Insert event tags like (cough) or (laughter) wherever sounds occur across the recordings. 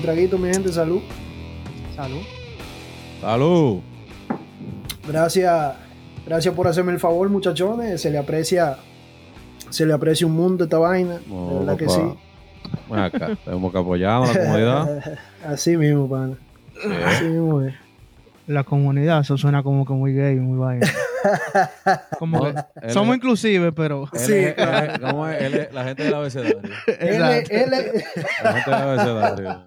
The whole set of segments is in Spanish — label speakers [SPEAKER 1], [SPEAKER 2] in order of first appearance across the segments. [SPEAKER 1] traguito, mi gente, salud.
[SPEAKER 2] Salud.
[SPEAKER 3] Salud.
[SPEAKER 1] Gracias, gracias por hacerme el favor, muchachones. Se le aprecia, se le aprecia un mundo esta vaina.
[SPEAKER 3] No,
[SPEAKER 1] de verdad que
[SPEAKER 3] Oh, papá.
[SPEAKER 1] sí.
[SPEAKER 3] Bueno, acá tenemos que apoyar a la
[SPEAKER 1] (laughs)
[SPEAKER 3] comunidad.
[SPEAKER 1] Así mismo, pana. Así mismo es.
[SPEAKER 2] La comunidad, eso suena como que muy gay,
[SPEAKER 1] (laughs)
[SPEAKER 2] muy vaina. Como
[SPEAKER 3] No,
[SPEAKER 2] que
[SPEAKER 3] él
[SPEAKER 2] somos
[SPEAKER 3] es-
[SPEAKER 2] inclusives, pero.
[SPEAKER 3] él
[SPEAKER 1] Sí,
[SPEAKER 3] es- él es- ¿cómo es? Él es la gente del abecedario.
[SPEAKER 1] Él,
[SPEAKER 2] Exacto.
[SPEAKER 1] L,
[SPEAKER 3] La gente del abecedario.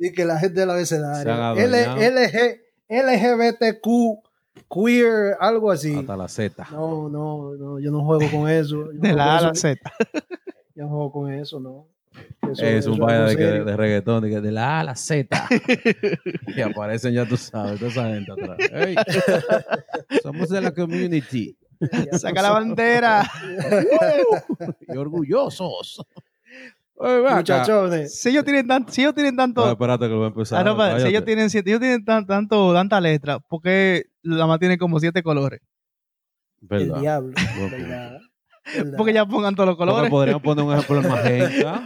[SPEAKER 1] y que la gente del
[SPEAKER 3] Se han
[SPEAKER 1] abecedario. L,
[SPEAKER 3] adueñado.
[SPEAKER 1] LG, LGBTQ, queer, algo así.
[SPEAKER 3] Hasta la Z.
[SPEAKER 1] No, no, no, yo no juego con eso. Yo no
[SPEAKER 2] De
[SPEAKER 1] juego
[SPEAKER 2] la A a
[SPEAKER 1] con
[SPEAKER 2] la
[SPEAKER 1] eso. (laughs)
[SPEAKER 2] Z.
[SPEAKER 1] Yo no juego con eso, no. Eso-
[SPEAKER 3] es
[SPEAKER 1] eso
[SPEAKER 3] un baile
[SPEAKER 1] algo
[SPEAKER 3] de, que-
[SPEAKER 1] serio.
[SPEAKER 3] de reggaetón, de, que de la A a la Z. y aparecen, ya tú sabes, toda esa gente atrás. Ey, somos de la community
[SPEAKER 2] Saca la bandera.
[SPEAKER 3] (laughs) y orgullosos. Oye, ve acá.
[SPEAKER 1] Muchachones,
[SPEAKER 2] Si ellos tienen, tan- si ellos tienen
[SPEAKER 3] No,
[SPEAKER 2] tanto.
[SPEAKER 3] espérate que lo voy a empezar.
[SPEAKER 2] Ah, no, pa- si
[SPEAKER 3] Cállate.
[SPEAKER 2] ellos tienen, siete- ellos tienen tan- tanto, tanta letra, porque la más tiene como siete colores.
[SPEAKER 1] el
[SPEAKER 3] Verdad. (laughs)
[SPEAKER 1] diablo.
[SPEAKER 3] Buen
[SPEAKER 1] ¿verdad?
[SPEAKER 2] Porque ya pongan todos los
[SPEAKER 3] Porque
[SPEAKER 2] colores.
[SPEAKER 3] podrían poner un ejemplo el
[SPEAKER 1] (laughs)
[SPEAKER 3] magenta,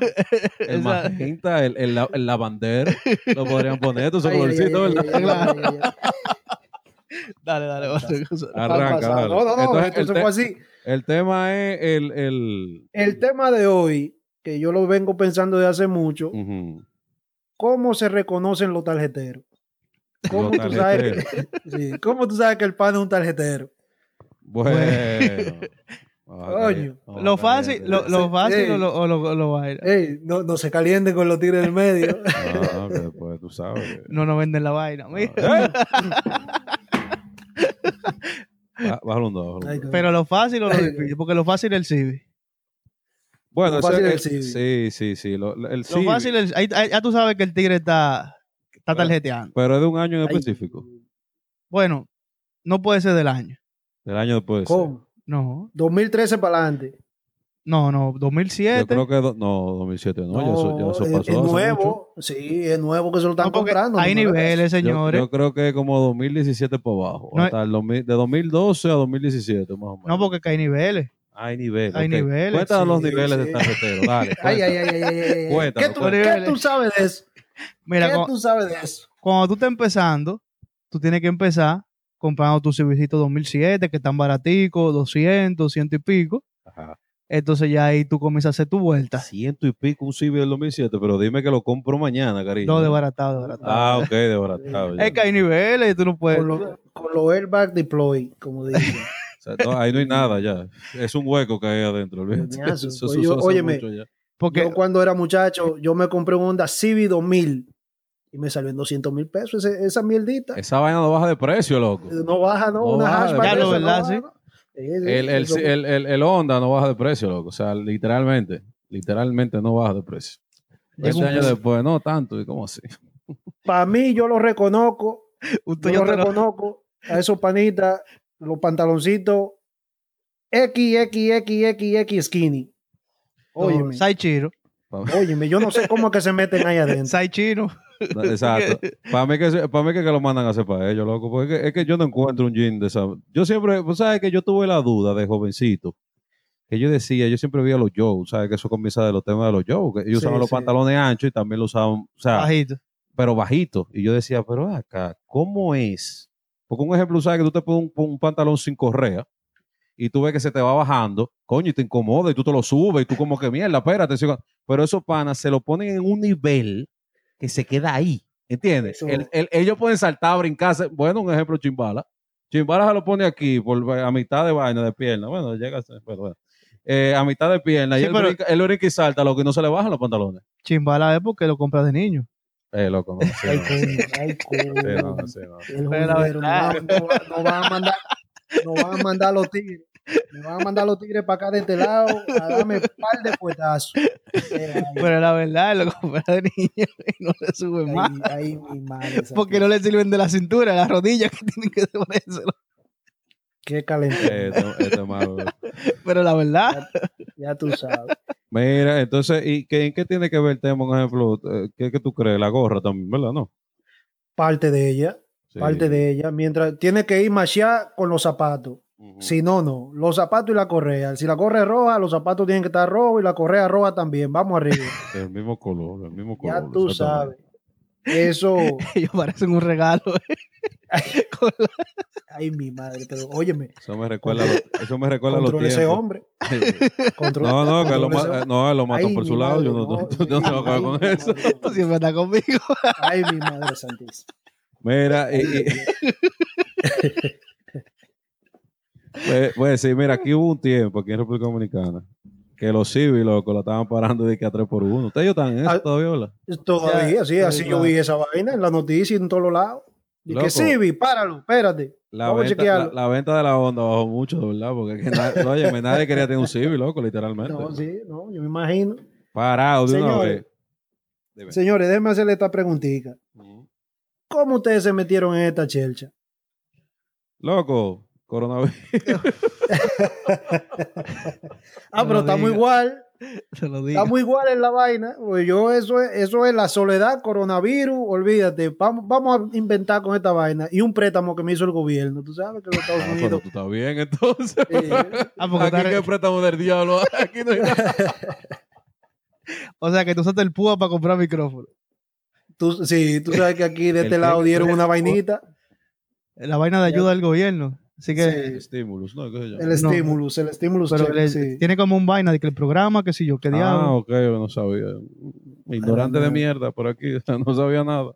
[SPEAKER 3] el
[SPEAKER 2] Exacto.
[SPEAKER 3] magenta, el, el, la- el lavander, lo podrían poner, estos
[SPEAKER 1] Ay, ay, ay,
[SPEAKER 3] colorcitos,
[SPEAKER 1] ay,
[SPEAKER 3] ¿verdad?
[SPEAKER 1] ay, ay, ay, ay.
[SPEAKER 3] pues,
[SPEAKER 2] Dale, dale, otra cosa.
[SPEAKER 3] (laughs)
[SPEAKER 2] (laughs)
[SPEAKER 3] Arranca,
[SPEAKER 1] Pasado.
[SPEAKER 3] dale.
[SPEAKER 1] No, no, no,
[SPEAKER 3] Entonces,
[SPEAKER 1] esto
[SPEAKER 3] este el,
[SPEAKER 1] se
[SPEAKER 3] te-
[SPEAKER 1] fue así.
[SPEAKER 3] el tema es el... el
[SPEAKER 1] El tema de hoy, que yo lo vengo pensando de hace mucho,
[SPEAKER 3] ujú,
[SPEAKER 1] ¿cómo se reconocen los tarjeteros? ¿Cómo
[SPEAKER 3] los
[SPEAKER 1] tú, sabes
[SPEAKER 3] tarjeteros.
[SPEAKER 1] que, (laughs) sí, ¿Cómo tú sabes que el pan es un tarjetero?
[SPEAKER 3] Bueno.
[SPEAKER 1] Coño.
[SPEAKER 2] Lo fácil, lo, lo
[SPEAKER 1] Sí.
[SPEAKER 2] fácil
[SPEAKER 1] Ey.
[SPEAKER 2] o lo, o lo, o lo vaina.
[SPEAKER 1] Ey, no, no se calienten con los tigres del medio.
[SPEAKER 3] (laughs)
[SPEAKER 1] (laughs)
[SPEAKER 3] No, que después Ah, pues tú sabes. que-
[SPEAKER 2] No nos venden la vaina. mira.
[SPEAKER 3] Ah, ¿eh? (laughs) Ba- Bájalo un dos. bájalo un dos.
[SPEAKER 1] Ay, coño.
[SPEAKER 2] Pero lo fácil o lo
[SPEAKER 1] Ay,
[SPEAKER 2] difícil, porque lo fácil es el CIVI.
[SPEAKER 3] Bueno,
[SPEAKER 1] Lo fácil
[SPEAKER 3] ese-
[SPEAKER 1] es el
[SPEAKER 3] eh, sí, sí, sí. Lo, el
[SPEAKER 2] Lo
[SPEAKER 3] sí,
[SPEAKER 2] fácil es. Ahí, ahí- ya tú sabes que el tigre está, está
[SPEAKER 3] Claro.
[SPEAKER 2] tarjeteando.
[SPEAKER 3] Pero es de un año en
[SPEAKER 1] Ay,
[SPEAKER 3] específico.
[SPEAKER 2] Bueno, no puede ser del año.
[SPEAKER 3] Del año después. de ser.
[SPEAKER 1] ¿Cómo?
[SPEAKER 2] No,
[SPEAKER 1] 2013 para adelante.
[SPEAKER 2] no, no.
[SPEAKER 3] Yo
[SPEAKER 2] 2007.
[SPEAKER 3] creo que do- no, 2007 no, ya eso, ya eso
[SPEAKER 1] es-
[SPEAKER 3] pasó.
[SPEAKER 1] es
[SPEAKER 3] hace mucho.
[SPEAKER 1] nuevo. Sí, es nuevo que se lo están
[SPEAKER 2] No, porque
[SPEAKER 1] comprando.
[SPEAKER 2] hay
[SPEAKER 1] no me lo-
[SPEAKER 2] niveles,
[SPEAKER 3] Yo-
[SPEAKER 2] señores.
[SPEAKER 3] Yo, creo que como 2017 por abajo.
[SPEAKER 2] No,
[SPEAKER 3] hasta el 2000 de 2012 a 2017, más o menos.
[SPEAKER 2] no, porque que hay niveles.
[SPEAKER 3] Hay niveles.
[SPEAKER 2] hay
[SPEAKER 3] ok.
[SPEAKER 2] niveles,
[SPEAKER 3] Cuéntanos los
[SPEAKER 1] sí,
[SPEAKER 3] niveles
[SPEAKER 1] sí.
[SPEAKER 3] de
[SPEAKER 2] (laughs)
[SPEAKER 3] tarjetero. Dale.
[SPEAKER 1] Ay,
[SPEAKER 3] cuéntanos.
[SPEAKER 1] ay, ay, ay, ay, ay, ay.
[SPEAKER 3] Cuéntalo,
[SPEAKER 1] ¿Qué, tú,
[SPEAKER 2] cuéntalo.
[SPEAKER 1] qué tú sabes de eso?
[SPEAKER 2] Mira,
[SPEAKER 1] ¿Qué
[SPEAKER 2] cu-
[SPEAKER 1] tú sabes de eso?
[SPEAKER 2] cuando tú estás empezando, tú tienes que empezar comprando tus servicios 2007, que están baraticos, 200, 100 y pico.
[SPEAKER 3] Ajá.
[SPEAKER 2] Entonces ya ahí tú comienzas a hacer tu vuelta.
[SPEAKER 3] Ciento y pico un Civic del 2007, pero dime que lo compro mañana, cariño.
[SPEAKER 2] No, desbaratado, desbaratado.
[SPEAKER 3] Ah, ok, de baratado. ya.
[SPEAKER 2] Es que hay niveles y tú no puedes.
[SPEAKER 1] Con, lo, con los airbag deploy, como dicen.
[SPEAKER 3] O sea, no, ahí no hay nada ya. Es un hueco que hay adentro. olvídate.
[SPEAKER 1] Coñazo,
[SPEAKER 3] Eso
[SPEAKER 1] pues
[SPEAKER 3] se
[SPEAKER 1] yo-
[SPEAKER 3] usa hace
[SPEAKER 1] óyeme.
[SPEAKER 3] mucho ya.
[SPEAKER 2] Porque
[SPEAKER 1] Yo cuando era muchacho, yo me compré un Honda Civic 2000 y me salió en 200 mil pesos ese- esa mierdita.
[SPEAKER 3] Esa vaina no baja de precio, loco.
[SPEAKER 1] No baja, ¿no?
[SPEAKER 3] No
[SPEAKER 1] Una
[SPEAKER 3] baja,
[SPEAKER 1] hatchback
[SPEAKER 2] ya lo
[SPEAKER 1] esa,
[SPEAKER 2] verdad,
[SPEAKER 1] no baja,
[SPEAKER 2] sí.
[SPEAKER 1] ¿no? Sí, sí,
[SPEAKER 3] El, el,
[SPEAKER 1] eso-
[SPEAKER 3] el, el, el Honda no baja de precio, loco. O sea, literalmente, literalmente no baja de precio.
[SPEAKER 2] Llega un
[SPEAKER 3] 20 años
[SPEAKER 2] punto.
[SPEAKER 3] después, no tanto. ¿Y cómo así?
[SPEAKER 1] Para mí, yo lo reconozco.
[SPEAKER 2] (laughs)
[SPEAKER 1] Yo
[SPEAKER 2] un
[SPEAKER 1] lo
[SPEAKER 2] Toyota no-
[SPEAKER 1] reconozco. A esos panitas, los pantaloncitos XXXXX skinny. Óyeme,
[SPEAKER 2] Sai Chiro.
[SPEAKER 1] óyeme, yo no sé cómo es que se meten ahí adentro.
[SPEAKER 2] Sai Chiro.
[SPEAKER 3] No, Exacto.
[SPEAKER 1] (laughs)
[SPEAKER 3] Para mí, que, se- pa' mí que, que lo mandan a hacer para ellos, loco. Porque es que, es que yo no encuentro un jean de esa. Yo siempre, pues, ¿sabes? Que yo tuve la duda de jovencito. Que yo decía, yo siempre veía los Joe, ¿sabes? Que eso comienza de los temas de los Joe. Que ellos
[SPEAKER 1] Sí,
[SPEAKER 3] usaban los
[SPEAKER 1] sí.
[SPEAKER 3] pantalones anchos y también lo usaban, o sea,
[SPEAKER 2] Bajito.
[SPEAKER 3] pero bajitos. Y yo decía, pero acá, ¿cómo es? Porque un ejemplo, ¿sabes? Que tú te pones un, un pantalón sin correa y tú ves que se te va bajando, coño, y te incomoda y tú te lo subes y tú como que mierda, espérate. sigo". Pero esos panas se lo ponen en un nivel que se queda ahí, ¿entiendes?
[SPEAKER 1] Eso-
[SPEAKER 3] El- el- ellos pueden saltar, brincarse. Bueno, un ejemplo, Chimbala. Chimbala se lo pone aquí por, a mitad de vaina de pierna. Bueno, llega, a ser, pero bueno. Eh, a mitad de pierna.
[SPEAKER 2] Sí,
[SPEAKER 3] y él,
[SPEAKER 2] pero-
[SPEAKER 3] brinca, él brinca y salta, lo que no se le bajan los pantalones.
[SPEAKER 2] Chimbala es porque lo compras
[SPEAKER 1] (laughs)
[SPEAKER 2] de niño.
[SPEAKER 3] Eh, loco, no. sí, (laughs)
[SPEAKER 1] Ay,
[SPEAKER 3] no,
[SPEAKER 1] coño, ay, coño.
[SPEAKER 3] sí, no, sí, no.
[SPEAKER 1] El
[SPEAKER 2] Pero la
[SPEAKER 1] juidero, no va,
[SPEAKER 2] verdad.
[SPEAKER 1] no va- no va a mandar, no va a mandar los tigres, no van a mandar los tigres para acá de este lado a darme un par de puetazos. Eh,
[SPEAKER 2] Pero la verdad, lo compras de niño y no le
[SPEAKER 1] ay,
[SPEAKER 2] suben más.
[SPEAKER 1] ay, ay, mi madre, esa
[SPEAKER 2] Porque no le sirven de la cintura, las rodillas que tienen que ponérselo.
[SPEAKER 1] qué calentón,
[SPEAKER 3] Eh, esto- esto es malo.
[SPEAKER 2] Pero la verdad,
[SPEAKER 1] ya tú sabes.
[SPEAKER 3] Mira, entonces, ¿y qué, en qué tiene que ver el tema, por ejemplo? eh, ¿Qué, qué tú crees? La gorra también, ¿verdad? No.
[SPEAKER 1] Parte de ella,
[SPEAKER 3] Sí.
[SPEAKER 1] parte de ella. Mientras tiene que ir machear con los zapatos.
[SPEAKER 3] Ujú.
[SPEAKER 1] Si no, no. Los zapatos y la correa. Si la correa es roja, los zapatos
[SPEAKER 3] (laughs)
[SPEAKER 1] tienen que estar rojos y la correa roja también. Vamos arriba.
[SPEAKER 3] El mismo color, el mismo color.
[SPEAKER 1] Ya tú
[SPEAKER 3] exactamente.
[SPEAKER 1] sabes. Eso,
[SPEAKER 2] Ellos parecen
[SPEAKER 1] (laughs)
[SPEAKER 2] un regalo. Con la-
[SPEAKER 1] ay, mi madre, pero óyeme,
[SPEAKER 3] Eso me recuerda, lo- eso me recuerda a los
[SPEAKER 1] controla ese
[SPEAKER 3] tiempos.
[SPEAKER 1] hombre.
[SPEAKER 3] Sí.
[SPEAKER 1] Controla,
[SPEAKER 3] (laughs) No, no, que lo,
[SPEAKER 1] controla ese
[SPEAKER 3] ma- no, lo
[SPEAKER 1] hombre.
[SPEAKER 3] matan
[SPEAKER 1] Ay,
[SPEAKER 3] por
[SPEAKER 1] mi
[SPEAKER 3] su lado.
[SPEAKER 1] madre,
[SPEAKER 3] Yo no, no,
[SPEAKER 1] sí,
[SPEAKER 3] no tengo (laughs) que
[SPEAKER 1] ay,
[SPEAKER 3] ver con
[SPEAKER 1] mi
[SPEAKER 3] eso.
[SPEAKER 1] madre.
[SPEAKER 2] Tú siempre estás conmigo.
[SPEAKER 1] Ay, mi madre santísima.
[SPEAKER 3] Mira, y, (laughs) y- Pues, pues sí, mira, aquí hubo un tiempo, aquí en República Dominicana, que los civiles, loco, la estaban parando de que a 3 por 1 Ustedes yo están en eso
[SPEAKER 1] Ah,
[SPEAKER 3] todavía, ¿verdad?
[SPEAKER 1] Todavía, sí,
[SPEAKER 2] Ya,
[SPEAKER 1] así
[SPEAKER 2] claro.
[SPEAKER 1] yo vi esa vaina en la noticia y en todos los lados. Y
[SPEAKER 3] Loco.
[SPEAKER 1] que sí, vi, páralo,
[SPEAKER 2] (laughs)
[SPEAKER 1] espérate.
[SPEAKER 3] La
[SPEAKER 1] vamos a
[SPEAKER 3] venta, la,
[SPEAKER 1] chequearlo.
[SPEAKER 3] la venta de la onda bajó mucho, ¿verdad? Porque es que na-
[SPEAKER 1] (laughs)
[SPEAKER 3] no, óyeme, nadie quería tener un civil, loco, literalmente.
[SPEAKER 1] No, sí, no, yo me imagino.
[SPEAKER 3] Parado de una
[SPEAKER 1] Señores.
[SPEAKER 3] vez. Dime.
[SPEAKER 1] Señores, déjenme hacerle esta preguntita. ¿Cómo ustedes se metieron en esta chelcha?
[SPEAKER 3] Loco, coronavirus.
[SPEAKER 1] Ah,
[SPEAKER 2] No
[SPEAKER 1] pero
[SPEAKER 2] lo
[SPEAKER 1] estamos
[SPEAKER 2] diga.
[SPEAKER 1] igual,
[SPEAKER 2] Te lo digo.
[SPEAKER 1] estamos igual en la vaina. Pues yo, eso es, eso es la soledad, coronavirus, olvídate. Vamos, vamos a inventar con esta vaina. Y un préstamo que me hizo el gobierno, tú sabes
[SPEAKER 3] (laughs)
[SPEAKER 1] que los Estados
[SPEAKER 3] Ah, pero
[SPEAKER 1] Unidos.
[SPEAKER 3] tú estás
[SPEAKER 1] (laughs)
[SPEAKER 3] bien, entonces.
[SPEAKER 1] eh,
[SPEAKER 2] Ah, porque
[SPEAKER 3] Aquí
[SPEAKER 2] estás-
[SPEAKER 3] que préstamo del diablo. (laughs) Aquí no hay nada.
[SPEAKER 2] O sea, que tú usaste el púa para comprar micrófono.
[SPEAKER 1] tú, sí, tú sabes que aquí de
[SPEAKER 3] El
[SPEAKER 1] este lado
[SPEAKER 3] que-
[SPEAKER 1] dieron una vainita.
[SPEAKER 2] La vaina de ayuda del gobierno. Así que.
[SPEAKER 1] Sí.
[SPEAKER 3] Estímulos, ¿no? ¿Qué sé yo?
[SPEAKER 1] El
[SPEAKER 2] No.
[SPEAKER 1] estímulo, el estímulo.
[SPEAKER 2] pero
[SPEAKER 1] check,
[SPEAKER 2] le-
[SPEAKER 1] sí.
[SPEAKER 2] tiene como un vaina de que el programa, que si yo, qué
[SPEAKER 3] Ah,
[SPEAKER 2] diablo.
[SPEAKER 3] ok, yo no sabía. Ignorante
[SPEAKER 1] Ah,
[SPEAKER 3] de
[SPEAKER 1] no.
[SPEAKER 3] mierda por aquí, (laughs) no sabía nada.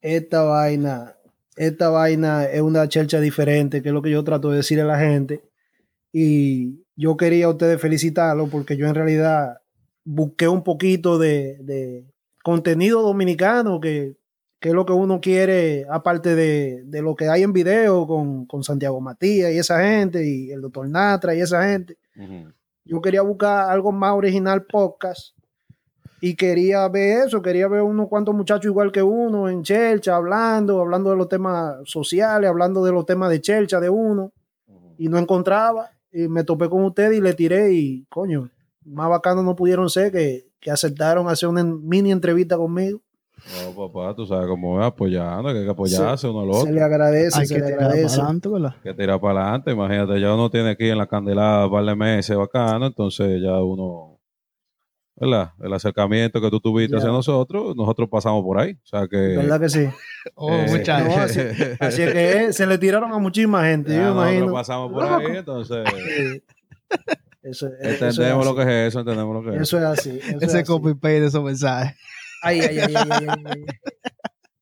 [SPEAKER 1] Esta vaina, esta vaina es una chelcha diferente, que es lo que yo trato de decir a la gente. Y yo quería a ustedes felicitarlo porque yo en realidad busqué un poquito de, de contenido dominicano, que, que es lo que uno quiere, aparte de, de lo que hay en video con, con Santiago Matías y esa gente, y el doctor Natra y esa gente. Yo quería buscar algo más original podcast y quería ver eso, quería ver unos cuantos muchachos igual que uno en chelcha hablando, hablando de los temas sociales, hablando de los temas de chelcha de uno y no encontraba y me topé con ustedes y le tiré y coño, más bacano no pudieron ser que, que aceptaron hacer una en- mini entrevista conmigo.
[SPEAKER 3] No, papá, tú sabes cómo es apoyando, que hay que apoyarse uno al otro.
[SPEAKER 1] Se le agradece,
[SPEAKER 2] Hay
[SPEAKER 1] se
[SPEAKER 2] que
[SPEAKER 1] le
[SPEAKER 2] tirar para
[SPEAKER 1] agradece.
[SPEAKER 2] adelante, ¿verdad?
[SPEAKER 3] Que tirar para adelante, imagínate, ya uno tiene aquí en la candelada un par de meses bacano, entonces ya uno, ¿verdad? El acercamiento que tú tuviste
[SPEAKER 1] Ya.
[SPEAKER 3] hacia nosotros, nosotros pasamos por ahí. O sea que.
[SPEAKER 1] ¿Verdad que sí?
[SPEAKER 2] Oh,
[SPEAKER 3] eh, (laughs)
[SPEAKER 2] muchacho.
[SPEAKER 1] no, así- Así es que eh, se le tiraron a muchísima gente,
[SPEAKER 3] ya
[SPEAKER 1] yo me
[SPEAKER 3] nosotros
[SPEAKER 1] imagino.
[SPEAKER 3] pasamos por
[SPEAKER 1] Loco.
[SPEAKER 3] ahí, entonces.
[SPEAKER 1] Sí. Eso- (laughs) eso es
[SPEAKER 3] Entendemos
[SPEAKER 1] así.
[SPEAKER 3] lo que es eso, entendemos lo que es.
[SPEAKER 1] Eso es así. Eso
[SPEAKER 2] Ese
[SPEAKER 1] es
[SPEAKER 2] copy
[SPEAKER 1] así.
[SPEAKER 2] paste de esos mensajes.
[SPEAKER 1] Ay, ay, ay, ay, ay, ay,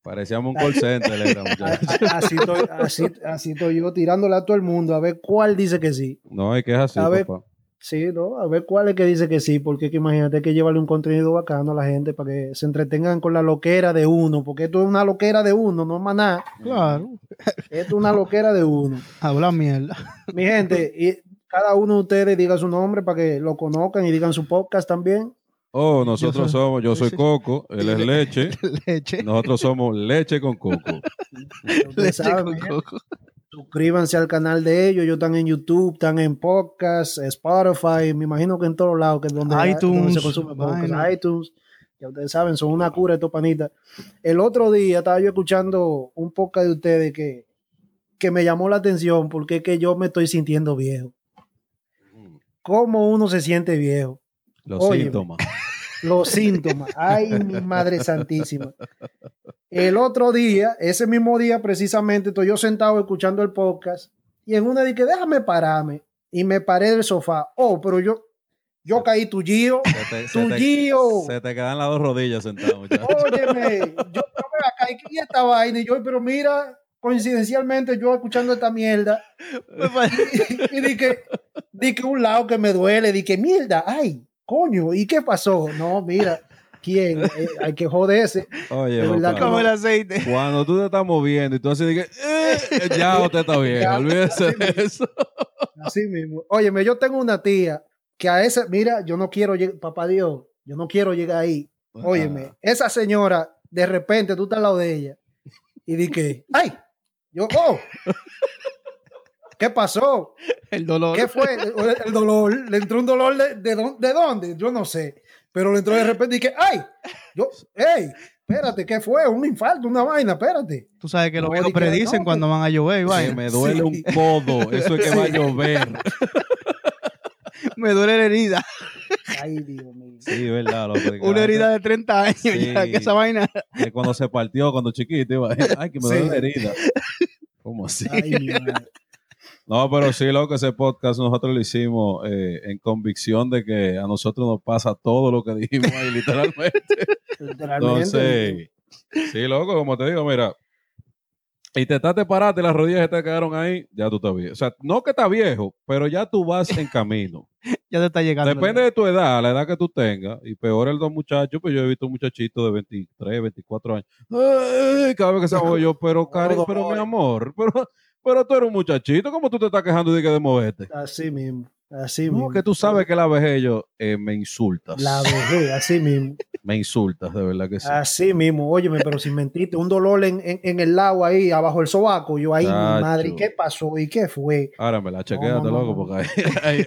[SPEAKER 3] Parecíamos un call center,
[SPEAKER 1] (laughs)
[SPEAKER 3] era,
[SPEAKER 1] ay.
[SPEAKER 3] muchacho.
[SPEAKER 1] A- a- Así estoy, así, así estoy yo tirándole a todo el mundo a ver cuál dice que sí.
[SPEAKER 3] No, es que es así,
[SPEAKER 1] A ver,
[SPEAKER 3] papá.
[SPEAKER 1] Sí, ¿no? A ver cuál es que dice que sí, porque es que imagínate hay que llevarle un contenido bacano a la gente para que se entretengan con la loquera de uno, porque esto es una loquera de uno, no es más nada.
[SPEAKER 2] Claro.
[SPEAKER 1] Esto es una loquera de uno.
[SPEAKER 2] Habla mierda. (laughs)
[SPEAKER 1] Mi gente, y cada uno de ustedes diga su nombre para que lo conozcan y digan su podcast también.
[SPEAKER 3] Oh, nosotros
[SPEAKER 2] soy-
[SPEAKER 3] somos, yo soy
[SPEAKER 2] sí.
[SPEAKER 3] Coco, él
[SPEAKER 1] (laughs)
[SPEAKER 3] es leche,
[SPEAKER 2] Leche.
[SPEAKER 3] nosotros somos leche con Coco.
[SPEAKER 1] Ustedes
[SPEAKER 2] Leche
[SPEAKER 1] saben,
[SPEAKER 2] con
[SPEAKER 1] mi gente.
[SPEAKER 2] coco.
[SPEAKER 1] Suscríbanse al canal de ellos. Ellos están en YouTube, están en podcast, Spotify, me imagino que en todos lados, que es donde,
[SPEAKER 2] iTunes,
[SPEAKER 1] donde se consume podcast,
[SPEAKER 2] vaina.
[SPEAKER 1] iTunes. Ya ustedes saben, son una cura estos panitas. El otro día estaba yo escuchando un podcast de ustedes que, que me llamó la atención porque es que yo me estoy sintiendo viejo. ¿Cómo uno se siente viejo?
[SPEAKER 3] Los
[SPEAKER 1] Óyeme.
[SPEAKER 3] síntomas.
[SPEAKER 1] Los síntomas. Ay, mi madre santísima. El otro día, ese mismo día precisamente, estoy yo sentado escuchando el podcast y en una dije, déjame pararme. Y me paré del sofá. Oh, pero yo, yo caí tullido.
[SPEAKER 3] Se te, se te-
[SPEAKER 1] Tullido.
[SPEAKER 3] se te quedan las dos rodillas sentadas, muchachos.
[SPEAKER 1] Óyeme, yo, yo me caí y esta vaina. Y yo, pero mira, coincidencialmente yo escuchando esta mierda
[SPEAKER 2] Me pare-
[SPEAKER 1] y dije, dije un lado que me duele, dije, mierda, ay, coño, ¿y qué pasó? No, mira, ¿quién? Eh, hay que joderse.
[SPEAKER 3] Oye,
[SPEAKER 1] Es verdad
[SPEAKER 3] papá,
[SPEAKER 2] Como el aceite.
[SPEAKER 3] cuando tú te estás moviendo y tú así dices, "Eh", (laughs) ya usted está bien,
[SPEAKER 1] Ya.
[SPEAKER 3] olvídese de (laughs) eso.
[SPEAKER 1] Así mismo. Óyeme, yo tengo una tía que a esa, mira, yo no quiero llegar, papá Dios, yo no quiero llegar ahí. Óyeme, esa señora, de repente tú estás al lado de ella y di que, ay, yo, oh, ¿qué pasó?
[SPEAKER 2] El dolor.
[SPEAKER 1] ¿Qué fue? El, el dolor, le entró un dolor de, de, dó- de dónde, yo no sé, pero le entró de repente y que, ay, yo, hey, espérate, ¿qué fue? Un infarto, una vaina, espérate.
[SPEAKER 2] Tú sabes que los
[SPEAKER 1] No,
[SPEAKER 2] viejos
[SPEAKER 1] dije,
[SPEAKER 2] predicen
[SPEAKER 1] no,
[SPEAKER 2] cuando van a llover. y
[SPEAKER 3] Ah, que
[SPEAKER 2] (laughs) vaina.
[SPEAKER 3] me duele un codo, eso es que va a llover.
[SPEAKER 2] Me duele la herida.
[SPEAKER 1] Ay, Dios mío.
[SPEAKER 3] Sí, verdad, loco. que
[SPEAKER 2] Una herida de 30 años
[SPEAKER 3] Sí.
[SPEAKER 2] ya, que esa vaina.
[SPEAKER 3] que cuando se partió, cuando chiquito, iba, ay, que
[SPEAKER 1] Sí.
[SPEAKER 3] me (laughs) duele la herida. ¿Cómo así?
[SPEAKER 1] Ay, mi madre.
[SPEAKER 3] No, pero sí, lo que ese podcast nosotros lo hicimos eh, en convicción de que a nosotros nos pasa todo lo que dijimos ahí, (laughs) literalmente.
[SPEAKER 1] Literalmente.
[SPEAKER 3] Entonces, sí, loco, como te digo, mira, y te estás te paraste, las rodillas te quedaron ahí, ya tú estás viejo. O sea, no que estás viejo, pero ya tú vas en camino.
[SPEAKER 2] Ya te está llegando.
[SPEAKER 3] Depende de tu edad, la edad que tú tengas, y peor el dos muchachos, pues yo he visto un muchachito de 23, 24 años. ¡Ay! Cada vez que se mueve yo, pero cari,
[SPEAKER 1] Todo
[SPEAKER 3] pero mi
[SPEAKER 1] muere.
[SPEAKER 3] amor, pero, pero tú eres un muchachito, ¿cómo tú te estás quejando de que de moverte?
[SPEAKER 1] Así mismo. Así
[SPEAKER 3] No,
[SPEAKER 1] mismo.
[SPEAKER 3] que tú sabes que la vejez yo eh, me insultas.
[SPEAKER 1] La dejé, así mismo.
[SPEAKER 3] Me insultas, de verdad que (laughs) sí.
[SPEAKER 1] Así mismo. Óyeme, pero sin mentirte, un dolor en, en- en el lado ahí, abajo el sobaco. Yo ahí, mi
[SPEAKER 3] Chacho.
[SPEAKER 1] madre, ¿y qué pasó? ¿Y qué fue?
[SPEAKER 3] Ahora me la
[SPEAKER 1] no, no,
[SPEAKER 3] chequeaste, loco,
[SPEAKER 1] no. (laughs)
[SPEAKER 3] porque ahí,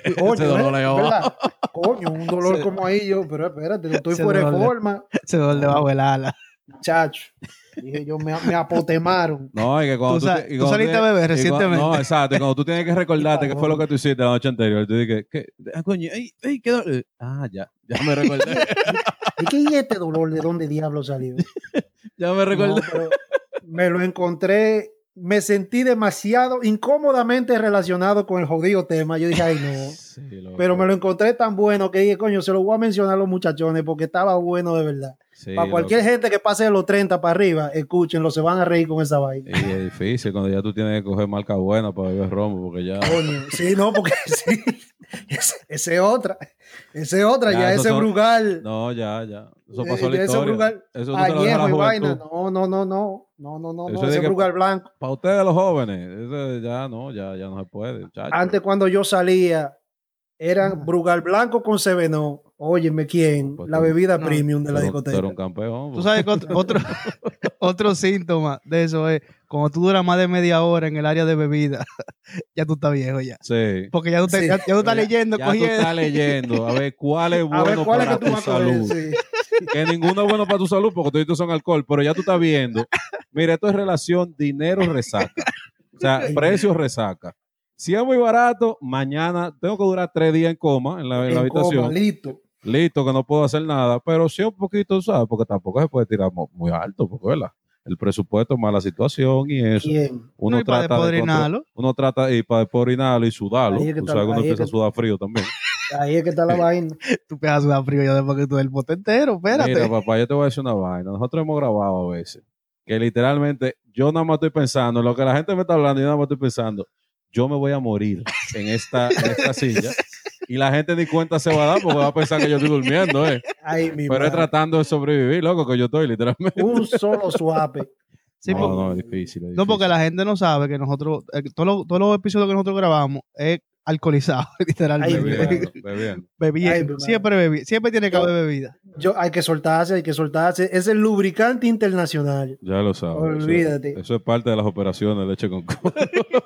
[SPEAKER 3] ahí
[SPEAKER 1] Coño,
[SPEAKER 3] (laughs) ese dolor
[SPEAKER 1] ¿eh?
[SPEAKER 3] ahí abajo.
[SPEAKER 1] ¿Verdad? Coño, un dolor
[SPEAKER 2] Se-
[SPEAKER 1] como ahí yo, pero espérate, estoy
[SPEAKER 2] Se
[SPEAKER 1] fuera de
[SPEAKER 2] duele.
[SPEAKER 1] forma,
[SPEAKER 2] Se duele bajo el ala.
[SPEAKER 1] chacho. Dije yo, me, me apotemaron.
[SPEAKER 3] No, y que cuando tú,
[SPEAKER 2] Tú sa-
[SPEAKER 3] te- y
[SPEAKER 2] tú
[SPEAKER 3] cuando
[SPEAKER 2] saliste a
[SPEAKER 3] tienes-
[SPEAKER 2] beber
[SPEAKER 3] y cuando-
[SPEAKER 2] recientemente.
[SPEAKER 3] no, exacto. y Cuando tú tienes que recordarte
[SPEAKER 1] Y
[SPEAKER 3] qué
[SPEAKER 1] pagó.
[SPEAKER 3] fue lo que tú hiciste la noche anterior, tú dices, ¿qué? Ah, coño, ey, ey, qué dolor. Ah, ya, ya me recordé.
[SPEAKER 1] (laughs) ¿Y qué es este dolor? ¿De dónde diablo salió?
[SPEAKER 3] (laughs) ya me
[SPEAKER 1] No,
[SPEAKER 3] recordé.
[SPEAKER 1] pero me lo encontré, me sentí demasiado incómodamente relacionado con el jodido tema. Yo dije, ay, no.
[SPEAKER 3] Sí, loco.
[SPEAKER 1] Pero me lo encontré tan bueno que dije, coño, se lo voy a mencionar a los muchachones porque estaba bueno de verdad.
[SPEAKER 3] Sí,
[SPEAKER 1] para cualquier
[SPEAKER 3] loco.
[SPEAKER 1] gente que pase de los 30 para arriba, escúchenlo, se van a reír con esa vaina.
[SPEAKER 3] Y es difícil cuando ya tú tienes que coger marca buena para beber romo, porque ya.
[SPEAKER 1] Ah, Coño, sí, no, porque (laughs) sí. Ese- Esa es otra. Esa es otra,
[SPEAKER 3] Ya,
[SPEAKER 1] ya,
[SPEAKER 3] esos
[SPEAKER 1] ese
[SPEAKER 3] son-
[SPEAKER 1] brugal.
[SPEAKER 3] No, ya, ya. Eso
[SPEAKER 1] eh,
[SPEAKER 3] pasó la
[SPEAKER 1] ya ese
[SPEAKER 3] historia.
[SPEAKER 1] brugal.
[SPEAKER 3] Eso tú te
[SPEAKER 1] Añejo
[SPEAKER 3] lo dejas a la
[SPEAKER 1] y vaina.
[SPEAKER 3] juventud.
[SPEAKER 1] No, no, no, no. No, no, no,
[SPEAKER 3] Eso
[SPEAKER 1] no.
[SPEAKER 3] de
[SPEAKER 1] Ese
[SPEAKER 3] que-
[SPEAKER 1] brugal blanco.
[SPEAKER 3] Para ustedes, los jóvenes, eso ya no, ya, ya no se puede. muchachos.
[SPEAKER 1] Antes, cuando yo salía,
[SPEAKER 2] Ah.
[SPEAKER 1] eran brugal blanco con Seveno. Óyeme, ¿quién?
[SPEAKER 3] Pues
[SPEAKER 1] la
[SPEAKER 3] tú-
[SPEAKER 1] bebida
[SPEAKER 2] no,
[SPEAKER 1] premium de
[SPEAKER 3] Tú
[SPEAKER 1] la
[SPEAKER 3] eres- tú
[SPEAKER 1] discoteca.
[SPEAKER 3] eres un campeón.
[SPEAKER 2] Tú sabes que otro, otro, (laughs) otro síntoma de eso es cuando tú duras más de media hora en el área de bebida, (laughs) ya tú estás viejo ya.
[SPEAKER 3] Sí.
[SPEAKER 2] Porque ya tú, te-
[SPEAKER 1] Sí.
[SPEAKER 2] ya, ya tú estás leyendo,
[SPEAKER 3] Ya tú
[SPEAKER 2] cogiendo.
[SPEAKER 3] estás leyendo. A ver, ¿cuál es
[SPEAKER 1] (laughs)
[SPEAKER 3] bueno
[SPEAKER 1] A ver, ¿cuál es
[SPEAKER 3] para
[SPEAKER 1] que tú
[SPEAKER 3] tu
[SPEAKER 1] vas a coger?
[SPEAKER 3] salud?
[SPEAKER 1] Sí.
[SPEAKER 3] que ninguno es bueno para tu salud porque todos son alcohol, pero ya tú estás viendo. Mira, esto es relación dinero-resaca.
[SPEAKER 1] (laughs)
[SPEAKER 3] O sea, precios-resaca. Si es muy barato, mañana tengo que durar tres días en coma en la, en la
[SPEAKER 1] En coma,
[SPEAKER 3] habitación.
[SPEAKER 1] listo.
[SPEAKER 3] Listo, que no puedo hacer nada, pero sí un poquito, ¿sabes? Porque tampoco se puede tirar mo- muy alto, porque ¿verdad? el presupuesto más la situación y eso.
[SPEAKER 1] ¿Quién?
[SPEAKER 3] Uno
[SPEAKER 2] No, y para
[SPEAKER 3] trata de contro-
[SPEAKER 2] desporinarlo.
[SPEAKER 3] uno trata y para desporinarlo y sudarlo.
[SPEAKER 1] Ahí es que
[SPEAKER 3] Tú
[SPEAKER 1] está-
[SPEAKER 3] sabes que
[SPEAKER 1] ahí
[SPEAKER 3] uno
[SPEAKER 1] es
[SPEAKER 3] empieza a
[SPEAKER 1] que-
[SPEAKER 3] sudar frío también.
[SPEAKER 1] Ahí es que está la vaina.
[SPEAKER 2] Tú pegas una frío ya después que tú el bote entero, espérate.
[SPEAKER 3] Mira, papá, yo te voy a decir una vaina. Nosotros hemos grabado a veces que literalmente yo nada más estoy pensando, en lo que la gente me está hablando, yo nada más estoy pensando, yo me voy a morir en esta, en esta silla. Y la gente ni cuenta se va a dar porque va a pensar que yo estoy durmiendo, ¿eh?
[SPEAKER 1] Ahí mismo.
[SPEAKER 3] Pero es tratando de sobrevivir, loco, que yo estoy literalmente.
[SPEAKER 1] Un solo suape.
[SPEAKER 2] Sí,
[SPEAKER 3] no,
[SPEAKER 2] porque-
[SPEAKER 3] no, es difícil. es
[SPEAKER 2] no, porque
[SPEAKER 3] difícil.
[SPEAKER 2] la gente no sabe que nosotros, eh, que todos, los, todos los episodios que nosotros grabamos es alcoholizado, (laughs)
[SPEAKER 1] Ay, mi madre.
[SPEAKER 2] literalmente.
[SPEAKER 3] Bebiendo,
[SPEAKER 2] (laughs)
[SPEAKER 3] bebiendo.
[SPEAKER 1] Ay,
[SPEAKER 2] Bebiendo.
[SPEAKER 1] mi madre.
[SPEAKER 2] Siempre bebi- siempre tiene que
[SPEAKER 1] Yo-
[SPEAKER 2] haber bebida.
[SPEAKER 1] Yo, hay que soltarse, hay que soltarse. Es el lubricante internacional.
[SPEAKER 3] Ya lo sabes. Eso-
[SPEAKER 1] Olvídate.
[SPEAKER 3] Eso, es parte de las operaciones de leche con coco.
[SPEAKER 1] Yo-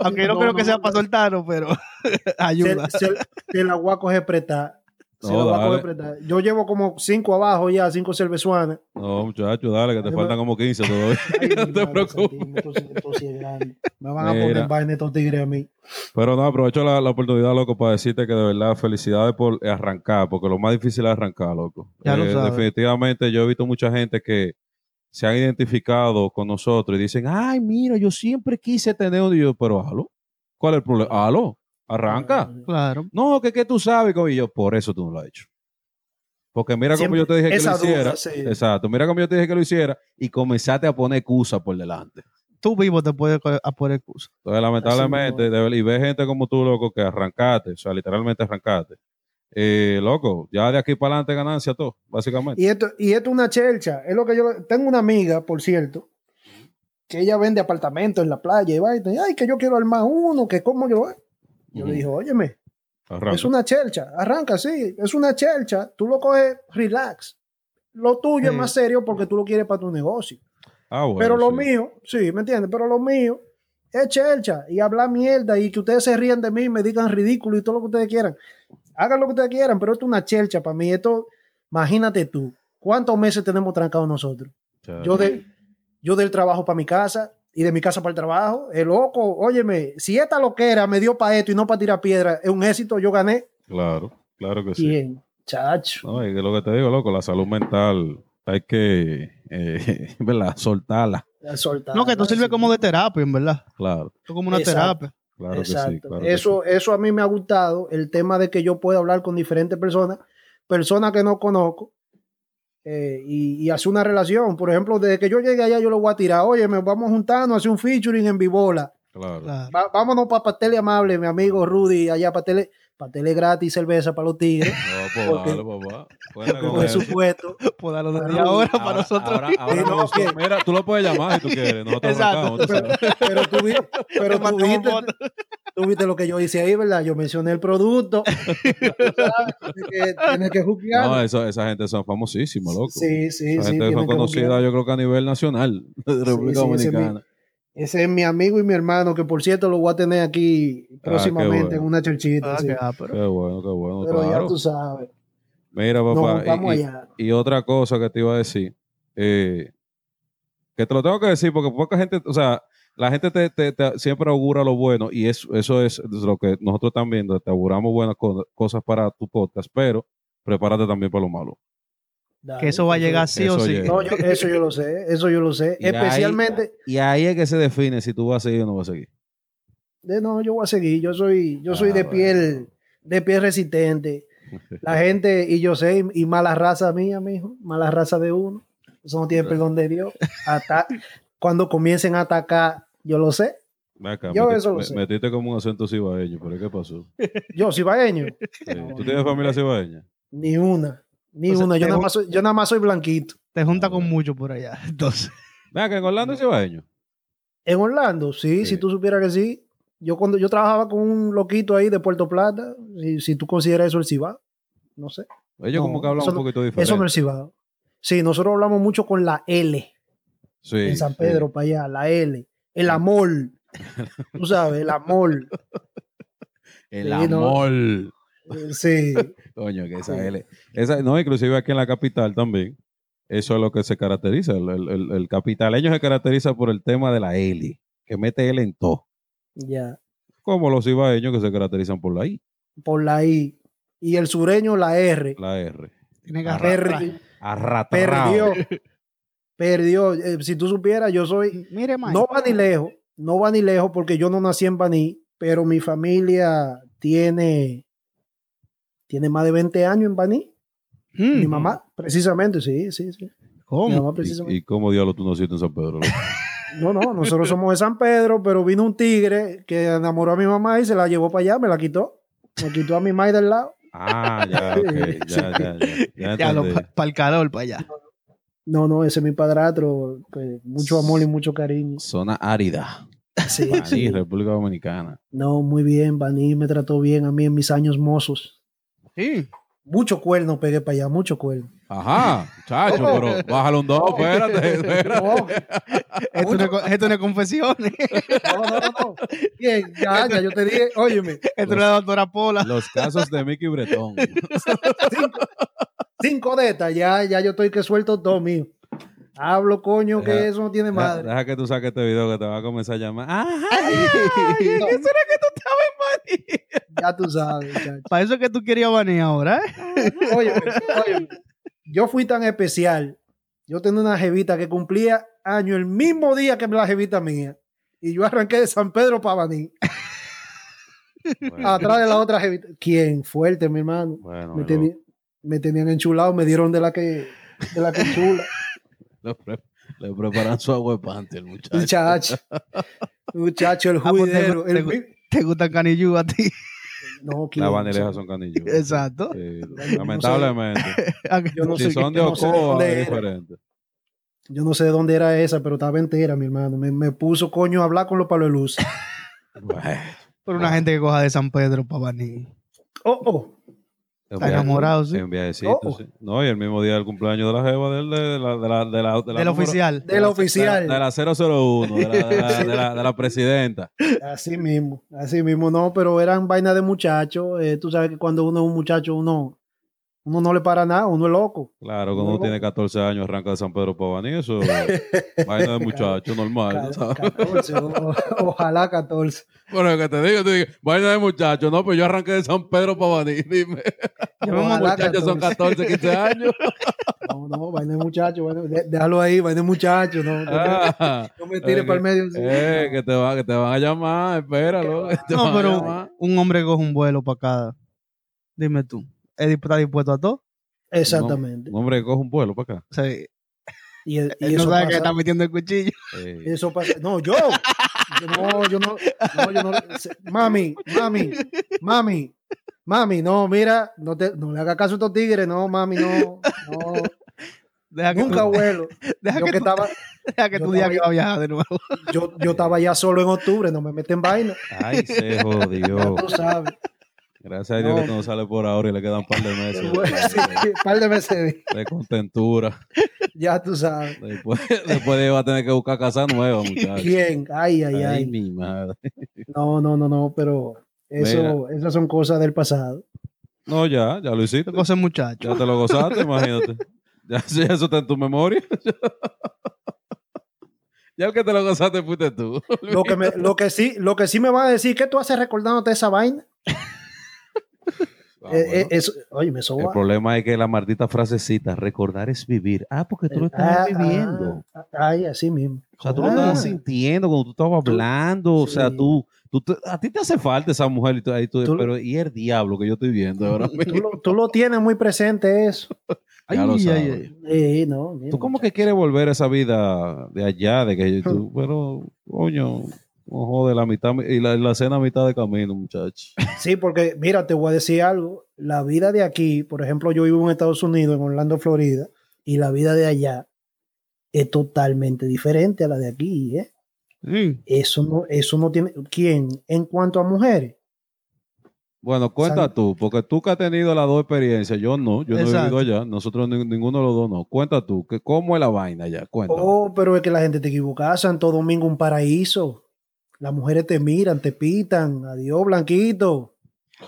[SPEAKER 2] Aunque yo no, creo que sea para soltarlo, pero (laughs) ayuda.
[SPEAKER 1] Se, se- se la voy a coger apretada. Se
[SPEAKER 3] No,
[SPEAKER 1] la voy a coger
[SPEAKER 3] dale.
[SPEAKER 1] apretada. Yo llevo como cinco abajo ya, cinco cervezuanas.
[SPEAKER 3] No, muchacho, dale, que te
[SPEAKER 1] Ay,
[SPEAKER 3] faltan
[SPEAKER 1] no.
[SPEAKER 3] como 15 todavía.
[SPEAKER 1] Ay,
[SPEAKER 3] (laughs) No
[SPEAKER 1] mi
[SPEAKER 3] te
[SPEAKER 1] madre,
[SPEAKER 3] preocupes.
[SPEAKER 1] Santísimo, esto sí- esto sí es grande. Me van a
[SPEAKER 3] Mira.
[SPEAKER 1] poner vaina estos tigres a mí.
[SPEAKER 3] Pero no, aprovecho la, la oportunidad, loco, para decirte que de verdad felicidades por arrancar, porque lo más difícil es arrancar, loco. Eh,
[SPEAKER 2] Ya lo sabes.
[SPEAKER 3] Definitivamente yo he visto mucha gente que se han identificado con nosotros y dicen, ay, mira, yo siempre quise tener un... Y yo, pero halo, ¿cuál es el problema? Halo, arranca.
[SPEAKER 2] Claro.
[SPEAKER 3] No, que que tú sabes, co-". y yo, por eso tú no lo has hecho. Porque mira
[SPEAKER 1] Siempre
[SPEAKER 3] como yo te dije que lo
[SPEAKER 1] esa duda,
[SPEAKER 3] hiciera.
[SPEAKER 1] sí.
[SPEAKER 3] Exacto, mira como yo te dije que lo hiciera y comenzaste a poner excusa por delante.
[SPEAKER 2] Tú vivo te puedes co- a poner excusa.
[SPEAKER 3] Entonces, lamentablemente,
[SPEAKER 1] Así
[SPEAKER 3] de ver- y ve gente como tú, loco, que arrancaste, o sea, literalmente arrancaste. Eh, loco, ya de aquí para adelante ganancia todo, básicamente.
[SPEAKER 1] Y esto, y esto es una chelcha. Es lo que yo tengo una amiga, por cierto, que ella vende apartamentos en la playa y vaina. Y, Ay, que yo quiero armar uno, que como yo. Yo le
[SPEAKER 3] Ujú.
[SPEAKER 1] dije, óyeme,
[SPEAKER 3] Arranca.
[SPEAKER 1] Es una chelcha, arranca, sí, es una chelcha, tú lo coges relax. Lo tuyo
[SPEAKER 2] Sí.
[SPEAKER 1] es más serio porque tú lo quieres para tu negocio.
[SPEAKER 3] Ah, bueno,
[SPEAKER 1] Pero lo
[SPEAKER 3] sí.
[SPEAKER 1] mío, sí, ¿me entiendes? Pero lo mío es chelcha y hablar mierda y que ustedes se ríen de mí, me digan ridículo y todo lo que ustedes quieran. Hagan lo que ustedes quieran, pero esto es una chelcha para mí. Esto, imagínate tú, ¿cuántos meses tenemos trancados nosotros?
[SPEAKER 3] O sea,
[SPEAKER 1] Yo, de, yo del trabajo para mi casa y de mi casa para el trabajo. El loco, óyeme, si esta loquera me dio para esto y no para tirar piedra, es un éxito, yo gané.
[SPEAKER 3] Claro, Claro que Pues sí.
[SPEAKER 1] Bien, chacho.
[SPEAKER 3] No, y que lo que te digo, loco, la salud mental hay que, eh, (laughs) ¿verdad? Soltarla.
[SPEAKER 1] La soltada,
[SPEAKER 2] No, que esto
[SPEAKER 1] ¿no?
[SPEAKER 2] sirve
[SPEAKER 1] Sí.
[SPEAKER 2] como de terapia, en verdad.
[SPEAKER 3] Claro,
[SPEAKER 2] Esto es como una
[SPEAKER 1] Exacto.
[SPEAKER 2] terapia.
[SPEAKER 3] claro que sí.
[SPEAKER 1] Exacto.
[SPEAKER 3] claro que sí.
[SPEAKER 1] eso, eso a mí me ha gustado, el tema de que yo pueda hablar con diferentes personas, personas que no conozco, eh, y, y hacer una relación. Por ejemplo, desde que yo llegué allá, yo lo voy a tirar. Oye, me vamos juntando, hacer un featuring en Vibola.
[SPEAKER 3] Claro.
[SPEAKER 2] Claro. (laughs)
[SPEAKER 1] Va- vámonos para Pasteles Amable, mi amigo Rudy, allá Pasteles, Pasteles gratis, cerveza para los
[SPEAKER 2] (laughs)
[SPEAKER 1] tigres,
[SPEAKER 3] No, pues,
[SPEAKER 1] Porque-
[SPEAKER 3] dale, papá.
[SPEAKER 1] (laughs)
[SPEAKER 3] Buena con
[SPEAKER 1] por
[SPEAKER 3] eso.
[SPEAKER 1] supuesto.
[SPEAKER 2] Pues darlo desde
[SPEAKER 1] Claro.
[SPEAKER 2] ahora para
[SPEAKER 3] Ahora-
[SPEAKER 2] nosotros.
[SPEAKER 3] ahora- ahora
[SPEAKER 1] Sí, no,
[SPEAKER 3] nosotros-
[SPEAKER 1] que-
[SPEAKER 3] mira, tú lo puedes llamar si tú quieres. Nosotros
[SPEAKER 2] Exacto.
[SPEAKER 3] arrancamos, tú
[SPEAKER 1] Pero,
[SPEAKER 3] sabes.
[SPEAKER 1] pero tú, vi- pero
[SPEAKER 2] Te
[SPEAKER 1] tú
[SPEAKER 2] mandamos
[SPEAKER 1] viste,
[SPEAKER 2] fotos.
[SPEAKER 1] tú viste lo que yo hice ahí, ¿verdad? Yo mencioné el
[SPEAKER 2] (laughs)
[SPEAKER 1] producto. ¿sabes? Tienes que, tienes que juzgar.
[SPEAKER 3] No, eso- esa gente son famosísimos, loco.
[SPEAKER 1] sí, sí,
[SPEAKER 3] Esa
[SPEAKER 1] sí.
[SPEAKER 3] gente fue
[SPEAKER 1] tienen que juzgar.
[SPEAKER 3] conocida, yo creo que a nivel nacional, de República
[SPEAKER 1] sí, ese
[SPEAKER 3] Dominicana.
[SPEAKER 1] Ese es mi amigo y mi hermano, que por cierto lo voy a tener aquí próximamente
[SPEAKER 3] Ah, bueno.
[SPEAKER 1] en una chorchita.
[SPEAKER 2] Ah,
[SPEAKER 1] sí.
[SPEAKER 2] que- ah, pero-
[SPEAKER 3] Qué bueno, qué bueno,
[SPEAKER 1] Pero
[SPEAKER 3] claro.
[SPEAKER 1] ya tú sabes.
[SPEAKER 3] Mira,
[SPEAKER 1] Nos
[SPEAKER 3] papá,
[SPEAKER 1] juntamos
[SPEAKER 3] y- y,
[SPEAKER 1] allá.
[SPEAKER 3] y otra cosa que te iba a decir, eh, que te lo tengo que decir porque poca gente, o sea, la gente te, te- te siempre augura lo bueno y eso, eso es lo que nosotros estamos viendo, te auguramos buenas co- cosas para tu podcast, pero prepárate también para lo malo.
[SPEAKER 1] Dale.
[SPEAKER 2] Que eso va a llegar sí o
[SPEAKER 3] Eso
[SPEAKER 2] sí.
[SPEAKER 3] llega.
[SPEAKER 1] No, yo- eso yo lo sé, eso yo lo
[SPEAKER 3] (laughs)
[SPEAKER 1] sé.
[SPEAKER 3] Y ahí-
[SPEAKER 1] Especialmente,
[SPEAKER 3] Y ahí es que se define si tú vas a seguir o no vas a seguir. (laughs)
[SPEAKER 1] de, no, yo voy a seguir, yo soy, yo soy
[SPEAKER 3] Ah,
[SPEAKER 1] de
[SPEAKER 3] bueno.
[SPEAKER 1] piel, de piel resistente. La gente, y yo sé, y, y mala raza mía, mijo, mala raza de uno. Eso no tiene perdón de Dios. Hasta cuando comiencen a atacar, yo lo sé.
[SPEAKER 3] Ven acá,
[SPEAKER 1] Yo
[SPEAKER 3] meti-
[SPEAKER 1] eso lo
[SPEAKER 3] me-
[SPEAKER 1] sé.
[SPEAKER 3] Metiste como un acento cibaeño, pero ¿qué
[SPEAKER 1] (laughs)
[SPEAKER 3] pasó?
[SPEAKER 1] Yo, cibaeño,
[SPEAKER 3] Eh, ¿Tú tienes familia cibaeña?
[SPEAKER 1] ni una, ni
[SPEAKER 2] O sea,
[SPEAKER 1] una. Yo
[SPEAKER 2] te
[SPEAKER 1] nada,
[SPEAKER 2] jun-
[SPEAKER 1] más soy, yo nada más soy blanquito.
[SPEAKER 2] Te junta
[SPEAKER 3] Ah,
[SPEAKER 2] con
[SPEAKER 3] bueno.
[SPEAKER 2] mucho por allá. (laughs) Entonces,
[SPEAKER 3] Ven acá, en Orlando es cibaeño.
[SPEAKER 1] En Orlando, sí,
[SPEAKER 3] Sí.
[SPEAKER 1] si tú supieras que sí. Yo cuando yo trabajaba con un loquito ahí de Puerto Plata, si, si tú consideras eso el Cibao, no sé.
[SPEAKER 3] Ellos
[SPEAKER 1] No,
[SPEAKER 3] como que hablan
[SPEAKER 1] eso
[SPEAKER 3] un
[SPEAKER 1] no-
[SPEAKER 3] poquito diferente.
[SPEAKER 1] Eso no es el Cibao. Sí, nosotros hablamos mucho con la L
[SPEAKER 3] Sí,
[SPEAKER 1] en San
[SPEAKER 3] sí.
[SPEAKER 1] Pedro para allá, la L, el amor. Tú sabes, el amor.
[SPEAKER 3] El
[SPEAKER 1] Sí, no.
[SPEAKER 3] amor.
[SPEAKER 1] Eh, Sí,
[SPEAKER 3] Coño, que
[SPEAKER 1] Sí.
[SPEAKER 3] esa L. Esa, no, inclusive aquí en la capital también. Eso es lo que se caracteriza. El, el- el- el capitaleño se caracteriza por el tema de la L, que mete L en todo.
[SPEAKER 1] ya,
[SPEAKER 3] Como los ibaeños que se caracterizan por la I,
[SPEAKER 1] por la I. Y el sureño, la R.
[SPEAKER 3] la R.
[SPEAKER 2] tiene que
[SPEAKER 3] Arra-
[SPEAKER 2] arrastrar.
[SPEAKER 1] Perdi-
[SPEAKER 3] Arratrao.
[SPEAKER 1] perdió. Perdió. Eh, si tú supieras, yo soy
[SPEAKER 2] Mire, man.
[SPEAKER 1] No va ni lejos, no va ni lejos porque yo no nací en Baní, pero mi familia tiene, tiene más de 20 años en Baní.
[SPEAKER 2] Mm.
[SPEAKER 1] Mi mamá, precisamente, sí, sí, sí. Mi
[SPEAKER 2] ¿Cómo?
[SPEAKER 1] mamá,
[SPEAKER 3] ¿Y,
[SPEAKER 1] precisamente.
[SPEAKER 3] y cómo diablo tú naciste en San Pedro? loco?
[SPEAKER 1] No, no, (laughs) nosotros somos de San Pedro, pero vino un tigre que enamoró a mi mamá y se la llevó para allá, me la quitó. Me quitó a mi madre del lado.
[SPEAKER 3] Ah, ya, ok. Ya,
[SPEAKER 1] (laughs)
[SPEAKER 3] ya, ya. Ya
[SPEAKER 2] Ya lo
[SPEAKER 3] entendí.
[SPEAKER 2] para el calor, para allá.
[SPEAKER 1] No, no, ese es mi padrastro. pues, mucho amor y mucho cariño.
[SPEAKER 3] Zona árida.
[SPEAKER 1] (laughs) Sí,
[SPEAKER 3] Baní,
[SPEAKER 1] sí.
[SPEAKER 3] República Dominicana.
[SPEAKER 1] No, muy bien, Baní me trató bien a mí en mis años mozos.
[SPEAKER 2] Sí.
[SPEAKER 1] Mucho cuerno pegué para allá, mucho cuerno. (laughs)
[SPEAKER 3] Ajá, chacho, pero bájalo un dos,
[SPEAKER 1] (laughs)
[SPEAKER 3] espérate, espérate.
[SPEAKER 1] No,
[SPEAKER 2] Esto no, es, co- esto no es confesiones.
[SPEAKER 1] No, no, no, no. Bien, ya, ya, yo te dije, óyeme,
[SPEAKER 2] (laughs) Esto no es
[SPEAKER 3] Pues
[SPEAKER 2] la
[SPEAKER 3] (laughs)
[SPEAKER 2] doctora Pola.
[SPEAKER 3] Los casos de Mickey Bretón.
[SPEAKER 1] cinco de estas, ya, ya yo estoy que suelto dos mío. Hablo, coño, que
[SPEAKER 3] Ya,
[SPEAKER 1] eso no tiene (laughs)
[SPEAKER 3] Deja,
[SPEAKER 1] madre.
[SPEAKER 3] deja que tú saques este video que te va a comenzar a llamar. Ajá.
[SPEAKER 1] No,
[SPEAKER 2] Ay,
[SPEAKER 1] ya tú sabes, chacho.
[SPEAKER 2] Para eso es que tú querías venir ahora, ¿eh?
[SPEAKER 1] Óyeme, óyeme. Yo fui tan especial. Yo tenía una jevita que cumplía año el mismo día que la jevita mía. Y yo arranqué de San Pedro para Baní,
[SPEAKER 3] Bueno,
[SPEAKER 1] atrás de la otra jevita. ¿Quién? Fuerte, mi hermano.
[SPEAKER 3] bueno,
[SPEAKER 1] Me,
[SPEAKER 3] lo-
[SPEAKER 1] teni- me tenían enchulado, me dieron de la que, de la que
[SPEAKER 2] (laughs)
[SPEAKER 1] chula.
[SPEAKER 3] lo pre- le
[SPEAKER 1] (laughs)
[SPEAKER 3] preparan su agua de pante el muchacho.
[SPEAKER 1] Muchacho. Muchacho, el
[SPEAKER 2] Ah, pues, te-
[SPEAKER 1] juidero. el
[SPEAKER 2] te-
[SPEAKER 1] hui-
[SPEAKER 2] Te gusta el canillú a ti. (laughs)
[SPEAKER 1] No,
[SPEAKER 3] Las
[SPEAKER 1] Kilian,
[SPEAKER 3] banderejas
[SPEAKER 1] o sea,
[SPEAKER 3] son canillos.
[SPEAKER 2] Exacto.
[SPEAKER 3] Sí, lamentablemente.
[SPEAKER 2] Ah, que-
[SPEAKER 1] Yo (laughs) no
[SPEAKER 3] si
[SPEAKER 1] sé,
[SPEAKER 3] son
[SPEAKER 1] qué-
[SPEAKER 3] de
[SPEAKER 1] no sé de
[SPEAKER 3] Ocoa,
[SPEAKER 1] dónde
[SPEAKER 3] es
[SPEAKER 1] era.
[SPEAKER 3] diferente.
[SPEAKER 1] Yo no sé de dónde era esa, pero estaba entera, mi hermano. Me, me puso coño a hablar con los palos de luz.
[SPEAKER 3] Bueno,
[SPEAKER 2] (laughs) Por una gente que coja de San Pedro para venir.
[SPEAKER 1] Oh, oh.
[SPEAKER 3] en
[SPEAKER 2] Está
[SPEAKER 3] viaje-
[SPEAKER 2] enamorado, sí.
[SPEAKER 3] En viajecito,
[SPEAKER 1] Oh.
[SPEAKER 3] sí. No, y el mismo día del cumpleaños de la jeva del- de, la, de la, de la, de la
[SPEAKER 2] Del
[SPEAKER 3] número-
[SPEAKER 2] oficial.
[SPEAKER 1] Del oficial.
[SPEAKER 3] De la, de la 001, de la,
[SPEAKER 1] (laughs)
[SPEAKER 3] de la- de la- de la presidenta.
[SPEAKER 1] Así mismo, así mismo, no, pero eran vainas de muchachos. eh, tú sabes que cuando uno es un muchacho, uno Uno no le para nada, uno es loco.
[SPEAKER 3] Claro, cuando
[SPEAKER 1] No,
[SPEAKER 3] uno tiene 14 años arranca de San Pedro Pavaní, eso es vaina de muchacho normal.
[SPEAKER 1] Ca-
[SPEAKER 3] ¿sabes?
[SPEAKER 1] 14, o- ojalá 14.
[SPEAKER 3] Bueno, que te digo, te digo, vaina de muchacho, no, pero yo arranqué de San Pedro Pavaní, (laughs) dime.
[SPEAKER 1] Ojalá
[SPEAKER 3] Muchachos son 14, 15 años.
[SPEAKER 1] No, no, vaina de muchacho, vaina- de- déjalo ahí, vaina de muchacho, no, no, (laughs)
[SPEAKER 3] Ah,
[SPEAKER 1] no me tire
[SPEAKER 3] eh,
[SPEAKER 1] para el medio.
[SPEAKER 3] eh, que, te va, que te van a llamar, espéralo. que (laughs) te
[SPEAKER 2] No,
[SPEAKER 3] van a
[SPEAKER 2] pero-
[SPEAKER 3] llamar.
[SPEAKER 2] Un hombre coge un vuelo para acá. Dime tú. ¿Es di- ¿Está dispuesto a todo?
[SPEAKER 1] Exactamente.
[SPEAKER 3] Un hombre que coge un vuelo para acá.
[SPEAKER 2] O sea, él
[SPEAKER 1] Y, e, y
[SPEAKER 2] no
[SPEAKER 1] eso,
[SPEAKER 2] sabe que
[SPEAKER 1] pasa,
[SPEAKER 2] está metiendo el cuchillo.
[SPEAKER 3] Eh,
[SPEAKER 1] eso pasa- No, yo. Yo No, yo no. no, yo no- se- mami, mami, mami, mami, no, mira, no, te, no le hagas caso a estos tigres, no, mami, no. no.
[SPEAKER 2] (laughs) Deja que
[SPEAKER 1] Nunca
[SPEAKER 2] tú,
[SPEAKER 1] vuelo.
[SPEAKER 2] deja
[SPEAKER 1] Yo
[SPEAKER 2] que
[SPEAKER 1] que
[SPEAKER 2] tú-
[SPEAKER 1] estaba,
[SPEAKER 2] deja que
[SPEAKER 1] yo
[SPEAKER 2] tú
[SPEAKER 1] estaba-
[SPEAKER 2] digas que va a viajar de nuevo.
[SPEAKER 1] yo, yo estaba ya solo en octubre, no me meten vaina.
[SPEAKER 3] Ay, se jodió.
[SPEAKER 1] Ya tú sabes.
[SPEAKER 3] Gracias a Dios
[SPEAKER 1] No.
[SPEAKER 3] que tú no sale por ahora y le quedan un par de meses
[SPEAKER 1] (laughs) Sí, un par de meses,
[SPEAKER 3] de, de contentura.
[SPEAKER 1] ya tú sabes.
[SPEAKER 3] Después, (laughs) después de ahí va a tener que buscar casa nueva, muchachos.
[SPEAKER 1] ¿Quién? Ay, ay,
[SPEAKER 3] Ay,
[SPEAKER 1] ay.
[SPEAKER 3] mi madre.
[SPEAKER 1] No, no, no, no, pero eso, esas son cosas del pasado.
[SPEAKER 3] No, ya, ya lo
[SPEAKER 1] (laughs)
[SPEAKER 3] hiciste.
[SPEAKER 2] Cosas muchacho.
[SPEAKER 3] Ya te lo gozaste, imagínate. Ya (laughs) si eso está en tu memoria. (laughs) ya el que te lo gozaste fuiste tú. (laughs)
[SPEAKER 1] Lo que, me, lo que sí, lo que sí me van a decir, ¿qué tú haces recordándote esa vaina?
[SPEAKER 3] Ah,
[SPEAKER 1] Eh,
[SPEAKER 3] bueno.
[SPEAKER 1] eh, eso- oye, me
[SPEAKER 3] el
[SPEAKER 1] soba.
[SPEAKER 3] problema es que la maldita frasecita, recordar es vivir. Ah, porque tú lo
[SPEAKER 1] Ah,
[SPEAKER 3] estabas viviendo.
[SPEAKER 1] ah, ay, así mismo.
[SPEAKER 3] O sea, tú lo estabas sintiendo cuando tú estabas hablando. O sea,
[SPEAKER 1] sí.
[SPEAKER 3] tú, tú te- a ti te hace falta esa mujer. Y tú, ahí tú-
[SPEAKER 1] Tú lo-
[SPEAKER 3] pero y el diablo que yo estoy
[SPEAKER 1] (laughs)
[SPEAKER 3] viendo ahora
[SPEAKER 1] Tú
[SPEAKER 3] mismo.
[SPEAKER 1] lo, tú lo tienes muy presente eso.
[SPEAKER 3] Ya lo
[SPEAKER 2] Ay, ay,
[SPEAKER 3] sabes.
[SPEAKER 2] ay.
[SPEAKER 1] Sí, no, mira,
[SPEAKER 3] ¿Tú cómo que quieres volver a esa vida de allá?
[SPEAKER 1] (laughs)
[SPEAKER 3] De que tú, pero, coño, no jode, la mitad y la, la cena a mitad de camino, muchacho.
[SPEAKER 1] Sí, porque mira, te voy a decir algo. La vida de aquí, por ejemplo, yo vivo en Estados Unidos, en Orlando, Florida, y la vida de allá es totalmente diferente a la de aquí, ¿eh?
[SPEAKER 2] Sí.
[SPEAKER 1] Eso no, eso no tiene. ¿Quién? En cuanto a mujeres.
[SPEAKER 3] Bueno, cuenta
[SPEAKER 1] Exacto.
[SPEAKER 3] tú, porque tú que has tenido las dos experiencias, yo no, yo no
[SPEAKER 2] Exacto.
[SPEAKER 3] he vivido allá, nosotros ni- ninguno de los dos no. Cuenta tú, que, ¿cómo es la vaina allá? Cuenta.
[SPEAKER 1] Oh, pero es que la gente te equivoca. Ah, Santo Domingo, un paraíso. Las mujeres te miran, te pitan. Adiós, Blanquito.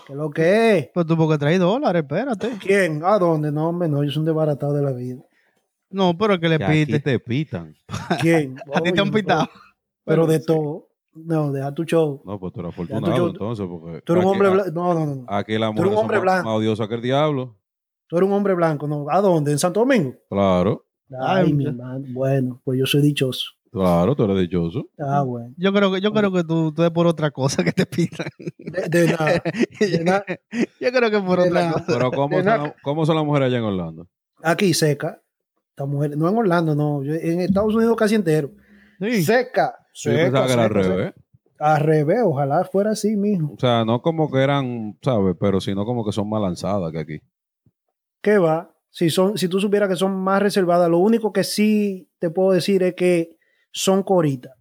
[SPEAKER 1] ¿Qué lo que es?
[SPEAKER 2] Pero Pues tú porque traes dólares, espérate.
[SPEAKER 1] ¿Quién? ¿A dónde? No, hombre, no, yo soy un desbaratado de la vida.
[SPEAKER 2] No, pero que le
[SPEAKER 3] Que aquí
[SPEAKER 2] pite.
[SPEAKER 3] te pitan.
[SPEAKER 1] ¿Quién?
[SPEAKER 2] (laughs) A ti te han
[SPEAKER 1] Oye,
[SPEAKER 2] pitado.
[SPEAKER 1] Pero de todo. No, deja tu show.
[SPEAKER 3] No, pues tú eres
[SPEAKER 1] yo-
[SPEAKER 3] afortunado entonces, porque
[SPEAKER 1] Tú eres un
[SPEAKER 3] aquí-
[SPEAKER 1] hombre
[SPEAKER 3] a-
[SPEAKER 1] blanco. No, no, no. no.
[SPEAKER 3] Aquí la
[SPEAKER 1] eres
[SPEAKER 3] mujer
[SPEAKER 1] un
[SPEAKER 3] son
[SPEAKER 1] hombre
[SPEAKER 3] más,
[SPEAKER 1] blanco.
[SPEAKER 3] más odiosas que el diablo.
[SPEAKER 1] Tú eres un hombre blanco. No, ¿a dónde? ¿En Santo Domingo?
[SPEAKER 3] Claro,
[SPEAKER 1] Ay,
[SPEAKER 2] Ay,
[SPEAKER 1] mi
[SPEAKER 2] Ah, ya.
[SPEAKER 1] hermano. Bueno, pues yo soy dichoso.
[SPEAKER 3] claro, tú eres
[SPEAKER 1] (laughs)
[SPEAKER 3] dichoso.
[SPEAKER 1] Ah, bueno.
[SPEAKER 2] Yo creo que, yo creo que tú, tú es por otra cosa que te pitan.
[SPEAKER 1] De, de nada.
[SPEAKER 2] (laughs)
[SPEAKER 1] De nada.
[SPEAKER 2] Yo creo que por
[SPEAKER 1] De
[SPEAKER 2] otra
[SPEAKER 1] la-
[SPEAKER 2] cosa.
[SPEAKER 3] Pero ¿cómo, son, la- ¿cómo son las mujeres allá en Orlando?
[SPEAKER 1] Aquí seca. Esta mujer, no en Orlando, no. yo- en Estados Unidos casi entero.
[SPEAKER 2] Sí.
[SPEAKER 1] Seca.
[SPEAKER 3] Yo
[SPEAKER 1] seca,
[SPEAKER 3] pensaba que era al
[SPEAKER 1] seca, seca.
[SPEAKER 3] revés.
[SPEAKER 1] Al revés, ojalá fuera así, mijo.
[SPEAKER 3] O sea, no como que eran, ¿sabes? Pero sino como que son más lanzadas que aquí.
[SPEAKER 1] ¿Qué va? Si, son, si tú supieras que son más reservadas, lo único que sí te puedo decir es que son coritas.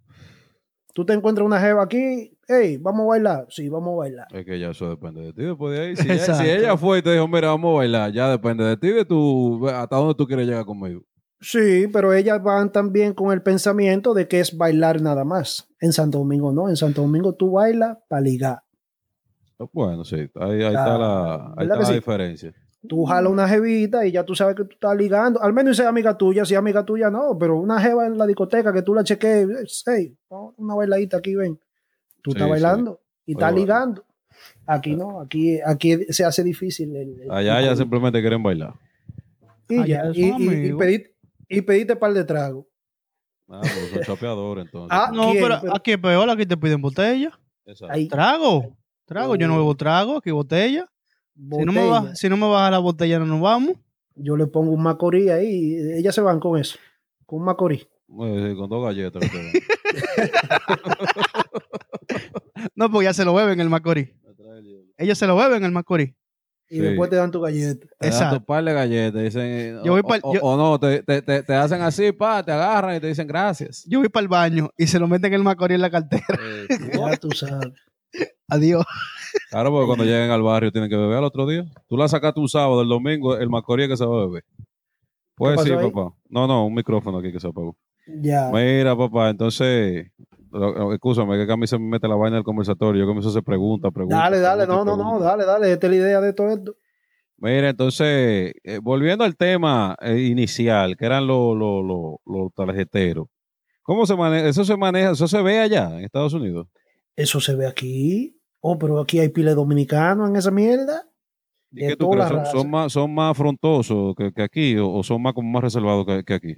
[SPEAKER 1] Tú te encuentras una jeva aquí, hey, vamos a bailar. Sí, vamos a bailar.
[SPEAKER 3] Es que ya eso depende de ti. Después de ahí, si, ya-
[SPEAKER 2] Exacto.
[SPEAKER 3] si ella fue y te dijo, mira, vamos a bailar, ya depende de ti, de tu, hasta dónde tú quieres llegar conmigo.
[SPEAKER 1] Sí, pero ellas van también con el pensamiento de que es bailar nada más. En Santo Domingo no, en Santo Domingo tú bailas para ligar.
[SPEAKER 3] Ah, Bueno, sí, ahí, ahí
[SPEAKER 1] Ah,
[SPEAKER 3] está la, ahí
[SPEAKER 1] ¿verdad
[SPEAKER 3] está
[SPEAKER 1] que
[SPEAKER 3] la
[SPEAKER 1] sí?
[SPEAKER 3] diferencia.
[SPEAKER 1] Tú jalas una jevita y ya tú sabes que tú estás ligando. Al menos sea amiga tuya, si es amiga tuya no, pero una jeva en la discoteca que tú la cheques, hey, vamos, una bailadita aquí, ven. Tú
[SPEAKER 3] Sí,
[SPEAKER 1] estás
[SPEAKER 3] sí.
[SPEAKER 1] bailando y
[SPEAKER 3] Oye,
[SPEAKER 1] estás
[SPEAKER 3] vale.
[SPEAKER 1] ligando. Aquí no, aquí, aquí se hace difícil. el- el-
[SPEAKER 3] Allá
[SPEAKER 1] el-
[SPEAKER 3] ya simplemente quieren bailar.
[SPEAKER 1] Y
[SPEAKER 2] Allá
[SPEAKER 1] ya,
[SPEAKER 2] son
[SPEAKER 1] y, y- y
[SPEAKER 2] amigos.
[SPEAKER 1] pediste- y pediste par de trago.
[SPEAKER 3] Ah, pero (laughs) son chapeadores entonces.
[SPEAKER 1] Ah,
[SPEAKER 2] No,
[SPEAKER 1] ¿Quién?
[SPEAKER 2] pero
[SPEAKER 1] Pero-
[SPEAKER 2] aquí es peor, aquí te piden botella.
[SPEAKER 3] Exacto.
[SPEAKER 1] Ahí,
[SPEAKER 2] Trago. Trago, yo no bebo trago, aquí botella. Si no, me
[SPEAKER 1] Oh. botella.
[SPEAKER 2] baja, si no me baja la botella, no nos vamos.
[SPEAKER 1] Yo le pongo un macorí ahí y ellas se van con eso, con un macorí.
[SPEAKER 3] Eh, sí, con dos galletas. que te dan.
[SPEAKER 2] No, porque ya se lo beben el Macorís. Ellos se lo beben el Macorís.
[SPEAKER 1] Y
[SPEAKER 3] Sí.
[SPEAKER 1] después te dan tu galleta.
[SPEAKER 3] Te dan
[SPEAKER 2] Exacto.
[SPEAKER 3] tu par de galletas. Dicen, eh,
[SPEAKER 2] Yo voy
[SPEAKER 3] o-
[SPEAKER 2] pa'l-
[SPEAKER 3] o,
[SPEAKER 2] yo-
[SPEAKER 3] o no, te, te, te, te hacen así, pa, te agarran y te dicen
[SPEAKER 2] (laughs)
[SPEAKER 3] gracias.
[SPEAKER 2] Yo voy para el baño y se lo meten el Macorís en la cartera. (laughs)
[SPEAKER 3] Eh,
[SPEAKER 1] Ya tú sabes. (laughs)
[SPEAKER 2] Adiós.
[SPEAKER 3] Claro, porque cuando lleguen al barrio tienen que beber al otro día. Tú la sacaste un sábado, el domingo, el macoría que se va a beber. Pues
[SPEAKER 1] pasó
[SPEAKER 3] sí,
[SPEAKER 1] ahí?
[SPEAKER 3] papá. No, no, un micrófono aquí que se apagó.
[SPEAKER 1] Ya.
[SPEAKER 3] Mira, papá, entonces, lo- lo- excúsame, que a mí se me mete la vaina del conversatorio. Yo comienzo a hacer preguntas, preguntas.
[SPEAKER 1] Dale, dale, no,
[SPEAKER 3] preguntas,
[SPEAKER 1] no, no,
[SPEAKER 3] preguntas.
[SPEAKER 1] dale, dale. Esta es la idea de todo esto.
[SPEAKER 3] Mira, entonces, eh, volviendo al tema eh, inicial, que eran los los- los- los tarjeteros. ¿Cómo se maneja? Eso se maneja, eso se ve allá en Estados Unidos.
[SPEAKER 1] Eso se ve aquí. Oh, pero aquí hay pile dominicano en esa mierda.
[SPEAKER 3] ¿Y
[SPEAKER 1] De
[SPEAKER 3] qué tú
[SPEAKER 1] todas
[SPEAKER 3] crees?
[SPEAKER 1] las
[SPEAKER 3] ¿Son, son
[SPEAKER 1] razas.
[SPEAKER 3] más, ¿Son más afrontosos que, que aquí o, o son más como más reservados que, que aquí?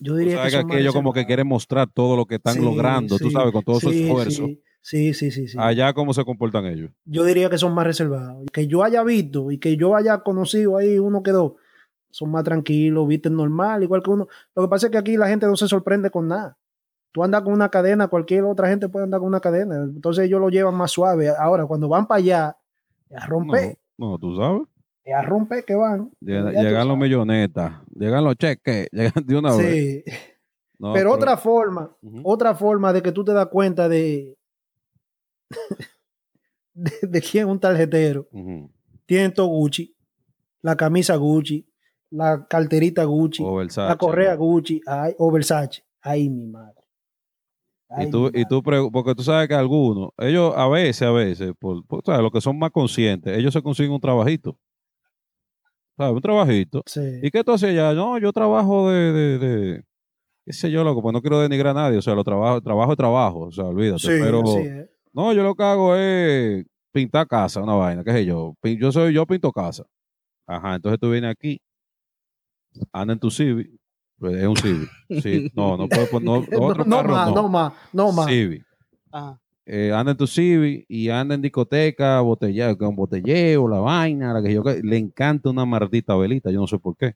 [SPEAKER 1] Yo
[SPEAKER 3] Tú
[SPEAKER 1] diría
[SPEAKER 3] sabes
[SPEAKER 1] que
[SPEAKER 3] que
[SPEAKER 1] son más
[SPEAKER 3] aquellos como que
[SPEAKER 1] reservados.
[SPEAKER 3] quieren mostrar todo lo que están
[SPEAKER 1] Sí,
[SPEAKER 3] logrando, tú
[SPEAKER 1] sí,
[SPEAKER 3] sabes, con todo su
[SPEAKER 1] Sí,
[SPEAKER 3] esfuerzo.
[SPEAKER 1] Sí, sí, sí, sí. sí.
[SPEAKER 3] Allá cómo se comportan ellos.
[SPEAKER 1] Yo diría que son más reservados. Que yo haya visto y que yo haya conocido ahí uno que dos, son más tranquilos, visten normal, igual que uno. Lo que pasa es que aquí la gente no se sorprende con nada. Tú andas con una cadena, cualquier otra gente puede andar con una cadena. Entonces ellos lo llevan más suave. Ahora, cuando van para allá, a romper,
[SPEAKER 3] No, no, tú sabes.
[SPEAKER 1] a romper que van.
[SPEAKER 3] Llega-
[SPEAKER 1] Ya tú
[SPEAKER 3] llegan los
[SPEAKER 1] sabes.
[SPEAKER 3] millonetas, llegan los cheques, (laughs) llegan de una vez.
[SPEAKER 1] Sí.
[SPEAKER 3] No,
[SPEAKER 1] pero otra forma,
[SPEAKER 3] Ujú.
[SPEAKER 1] otra forma de que tú te das cuenta de, (laughs) de, de quién es un tarjetero.
[SPEAKER 3] Ujú.
[SPEAKER 1] Tienen todo Gucci, la camisa Gucci, la carterita Gucci,
[SPEAKER 3] O Versace,
[SPEAKER 1] la correa
[SPEAKER 3] ¿no?
[SPEAKER 1] Gucci, ay, o Versace. Ay, mi madre. Ay,
[SPEAKER 3] Y tú,
[SPEAKER 1] mi
[SPEAKER 3] y tú pregu- porque tú sabes que algunos, ellos a veces, a veces, por, por- sabes, los que son más conscientes, ellos se consiguen un trabajito. ¿Sabes? Un trabajito.
[SPEAKER 1] madre. Sí.
[SPEAKER 3] ¿Y qué tú haces allá? No, yo trabajo de, de, de- qué sé yo, loco, pues no quiero denigrar a nadie, o sea, lo trabajo, trabajo es trabajo, o sea, olvídate.
[SPEAKER 1] Sí, eh.
[SPEAKER 3] pero,
[SPEAKER 1] así es.
[SPEAKER 3] no, yo lo que hago es pintar casa, una vaina, qué sé yo. Pin- Yo soy, yo pinto casa. Ajá, entonces tú vienes aquí, anda en tu Civic, pues es un Civic. Sí, no, no puedes poner, no,
[SPEAKER 1] (laughs) No,
[SPEAKER 3] otro
[SPEAKER 1] no
[SPEAKER 3] carro
[SPEAKER 1] más, no. más, no más.
[SPEAKER 3] Civic
[SPEAKER 2] Ajá.
[SPEAKER 3] eh, anda en tu Civi y anda en discoteca, botella, con botelleo, la vaina, la que yo que- le encanta una maldita velita, yo no sé por qué.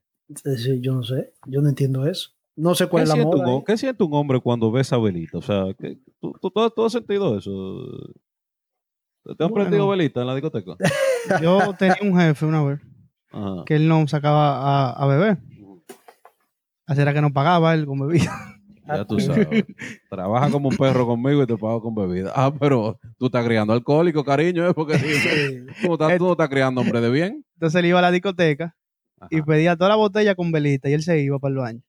[SPEAKER 1] Sí, yo no sé, yo no entiendo eso. No sé cuál
[SPEAKER 3] ¿Qué
[SPEAKER 1] es la
[SPEAKER 3] siente, un,
[SPEAKER 1] moda.
[SPEAKER 3] ho-
[SPEAKER 1] ahí.
[SPEAKER 3] qué siente un hombre cuando ve esa velita? O sea, que- ¿tú, tú- tú- tú has sentido eso? ¿Te han
[SPEAKER 2] Bueno.
[SPEAKER 3] prendido velita en la discoteca?
[SPEAKER 2] Yo tenía un jefe una vez
[SPEAKER 3] Ajá.
[SPEAKER 2] que él no sacaba a, a beber. Así era que no pagaba él con bebida. (laughs)
[SPEAKER 1] (laughs)
[SPEAKER 3] Ya tú sabes. Trabaja como un perro conmigo y te pago con bebida. Ah, pero tú estás criando alcohólico, cariño, ¿eh? porque
[SPEAKER 1] Sí.
[SPEAKER 3] tú, no estás- tú no estás criando hombre de bien.
[SPEAKER 2] Entonces él iba a la discoteca y
[SPEAKER 3] Ajá,
[SPEAKER 2] pedía toda la botella con velita y él se iba para el baño.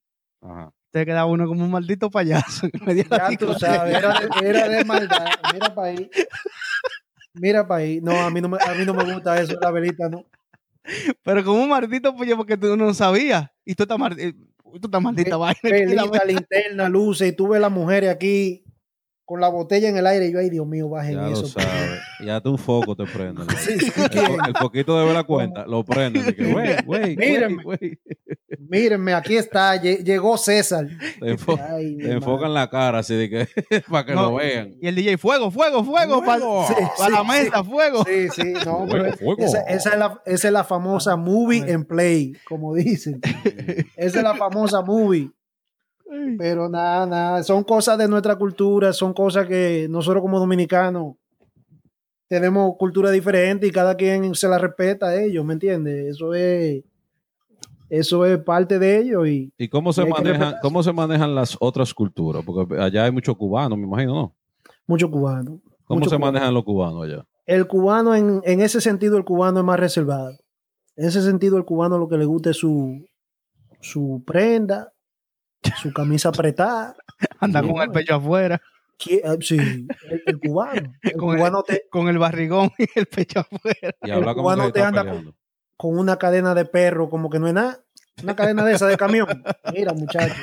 [SPEAKER 3] ajá.
[SPEAKER 2] Te quedaba uno como un maldito payaso. en medio de la
[SPEAKER 1] Ya tú
[SPEAKER 2] discoteca.
[SPEAKER 1] sabes, era de, era de maldad. Mira para ahí. Mira para ahí. No, a mí no, me, a mí no me gusta eso, la velita, (laughs) no.
[SPEAKER 2] (laughs) Pero como un maldito pollo porque tú no sabías. Y tú estás mar- eh, tú estás maldita vaina. Y la
[SPEAKER 1] Velita,
[SPEAKER 2] vaina-
[SPEAKER 1] linterna, luces, y tú ves las mujeres aquí con la botella en el aire. Y yo, ay, Dios mío, bajen
[SPEAKER 3] Ya
[SPEAKER 1] eso.
[SPEAKER 3] lo sabes. Ya tú un foco te prende. ¿no?
[SPEAKER 1] (laughs) Sí, sí,
[SPEAKER 3] El,
[SPEAKER 1] que-
[SPEAKER 3] po- el poquito de ver la cuenta, lo prenden. de que, "Güey,
[SPEAKER 1] (laughs)
[SPEAKER 3] güey,
[SPEAKER 1] Mírame.
[SPEAKER 3] güey, güey".
[SPEAKER 1] Mírenme, aquí está, lle- llegó César. (laughs)
[SPEAKER 3] Te, enfo-
[SPEAKER 1] Ay, mi
[SPEAKER 3] Oh, te enfocan la cara así de que (laughs) para que
[SPEAKER 2] No.
[SPEAKER 3] lo vean.
[SPEAKER 2] Y el DJ, fuego, fuego, fuego. Para
[SPEAKER 1] Sí, sí,
[SPEAKER 2] la
[SPEAKER 1] sí.
[SPEAKER 2] mesa, fuego.
[SPEAKER 1] madre. Sí, sí, no, pero
[SPEAKER 3] Fuego, fuego.
[SPEAKER 1] Esa, esa es la, esa es la
[SPEAKER 3] Ah,
[SPEAKER 1] famosa movie and play, como
[SPEAKER 3] (laughs)
[SPEAKER 1] dicen. Esa es la famosa movie. Pero nada, nada, son cosas de nuestra cultura, son cosas que nosotros como dominicanos tenemos cultura diferente y cada quien se la respeta a ellos, ¿me entiendes? Eso es, eso es parte de ellos y
[SPEAKER 3] ¿Y cómo se
[SPEAKER 1] Hay que
[SPEAKER 3] manejan,
[SPEAKER 1] respetar
[SPEAKER 3] cómo se manejan las otras culturas? Porque allá hay muchos cubanos, me imagino, ¿no?
[SPEAKER 1] muchos cubanos.
[SPEAKER 3] ¿Cómo
[SPEAKER 1] muchos
[SPEAKER 3] se
[SPEAKER 1] cubanos.
[SPEAKER 3] manejan los cubanos allá?
[SPEAKER 1] El cubano, en, en ese sentido, el cubano es más reservado. En ese sentido, el cubano lo que le gusta es su, su prenda, su camisa apretada.
[SPEAKER 2] Anda
[SPEAKER 1] Sí,
[SPEAKER 2] con el
[SPEAKER 1] no,
[SPEAKER 2] pecho afuera,
[SPEAKER 1] qui- eh, Sí, el, el cubano. El
[SPEAKER 2] Con el-
[SPEAKER 1] cubano te,
[SPEAKER 2] con el barrigón y el pecho afuera.
[SPEAKER 3] Y
[SPEAKER 1] El
[SPEAKER 3] habla como
[SPEAKER 1] cubano
[SPEAKER 3] que
[SPEAKER 1] te
[SPEAKER 3] está
[SPEAKER 1] anda
[SPEAKER 3] peleando.
[SPEAKER 1] con una cadena de perro, como que no es nada. Una cadena de esa de
[SPEAKER 3] (laughs)
[SPEAKER 1] camión. Mira, muchachos.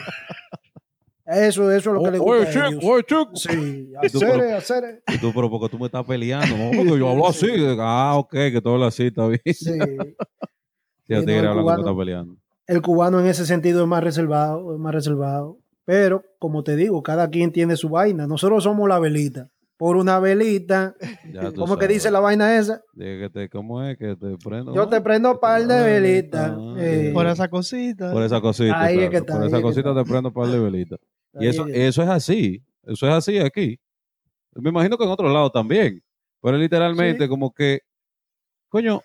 [SPEAKER 1] Eso, eso es lo que le
[SPEAKER 3] Oh, Oye,
[SPEAKER 1] gusta. a
[SPEAKER 3] chico,
[SPEAKER 1] ellos.
[SPEAKER 3] oye, chico.
[SPEAKER 1] Sí,
[SPEAKER 3] (laughs) Y tú,
[SPEAKER 1] hacer,
[SPEAKER 3] (laughs)
[SPEAKER 1] hacer.
[SPEAKER 3] Y tú, pero porque tú me estás peleando, ¿no? Porque yo hablo así. Ah, ok, que todo hablas así, está bien.
[SPEAKER 1] Sí.
[SPEAKER 3] Y el
[SPEAKER 1] no,
[SPEAKER 3] tigre
[SPEAKER 1] el
[SPEAKER 3] habla como que
[SPEAKER 1] cubano-
[SPEAKER 3] está peleando.
[SPEAKER 1] El cubano en ese sentido es más reservado, es más reservado. Pero, como te digo, cada quien tiene su vaina. Nosotros somos la velita. Por una velita,
[SPEAKER 3] (laughs) Ya tú
[SPEAKER 1] ¿cómo que dice
[SPEAKER 3] sabes.
[SPEAKER 1] la vaina esa?
[SPEAKER 3] Dije que te- ¿Cómo es? Que te prendo.
[SPEAKER 1] Yo te prendo
[SPEAKER 3] que
[SPEAKER 1] par
[SPEAKER 3] te-
[SPEAKER 1] de
[SPEAKER 3] ah,
[SPEAKER 1] velitas.
[SPEAKER 3] ah,
[SPEAKER 1] eh,
[SPEAKER 2] Por esa cosita.
[SPEAKER 3] Por esa cosita.
[SPEAKER 1] Ahí es
[SPEAKER 3] claro.
[SPEAKER 1] que está,
[SPEAKER 3] por
[SPEAKER 1] ahí
[SPEAKER 3] esa
[SPEAKER 1] es que
[SPEAKER 3] cosita
[SPEAKER 1] está.
[SPEAKER 3] te prendo un par de velitas. Y eso,
[SPEAKER 1] ahí-
[SPEAKER 3] eso es así. Eso es así aquí. Me imagino que en otro lado también. Pero literalmente, como que, coño,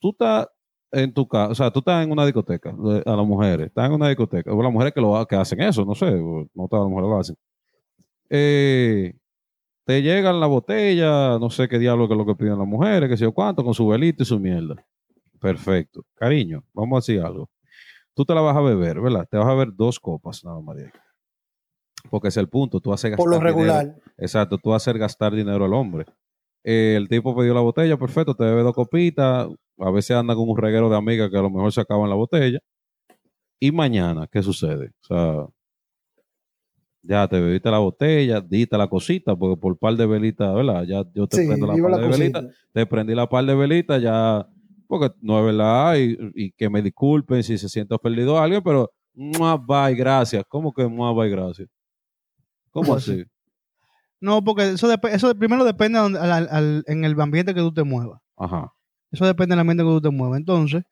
[SPEAKER 3] tú estás en tu casa, o sea, tú estás en una discoteca, eh, a las mujeres, estás en una discoteca, o las mujeres que, lo, ha- que hacen eso, no sé, o no todas las mujeres lo hacen. Eh, te llegan la botella, no sé qué diablo que es lo que piden las mujeres, que sé yo cuánto, con su velita y su mierda. Perfecto. Cariño, vamos a decir algo. Tú te la vas a beber, ¿verdad? Te vas a beber dos copas nada más. de ahí. Porque es el punto, tú haces gastar
[SPEAKER 1] por lo
[SPEAKER 3] dinero.
[SPEAKER 1] regular.
[SPEAKER 3] Exacto, tú hacer gastar dinero al hombre. Eh, el tipo pidió la botella, perfecto, te bebe dos copitas, a veces anda con un reguero de amigas que a lo mejor se acaban la botella. Y mañana, ¿qué sucede? O sea, ya te bebiste la botella, diste la cosita, porque por par de velitas, ¿verdad? Ya yo te
[SPEAKER 1] Sí,
[SPEAKER 3] prendo la
[SPEAKER 1] viva
[SPEAKER 3] par
[SPEAKER 1] la
[SPEAKER 3] de velitas,
[SPEAKER 1] cosita.
[SPEAKER 3] te prendí la par de velitas, ya, porque no es verdad, y, y que me disculpen si se siente ofendido alguien, pero, mua, bye, gracias. ¿Cómo que mua, bye, gracias? ¿Cómo
[SPEAKER 1] Pues
[SPEAKER 3] así?
[SPEAKER 2] No, porque eso, dep- eso primero depende a donde- al- al- al- en el ambiente que tú te muevas.
[SPEAKER 3] Ajá.
[SPEAKER 2] Eso depende del ambiente que tú te muevas. Entonces,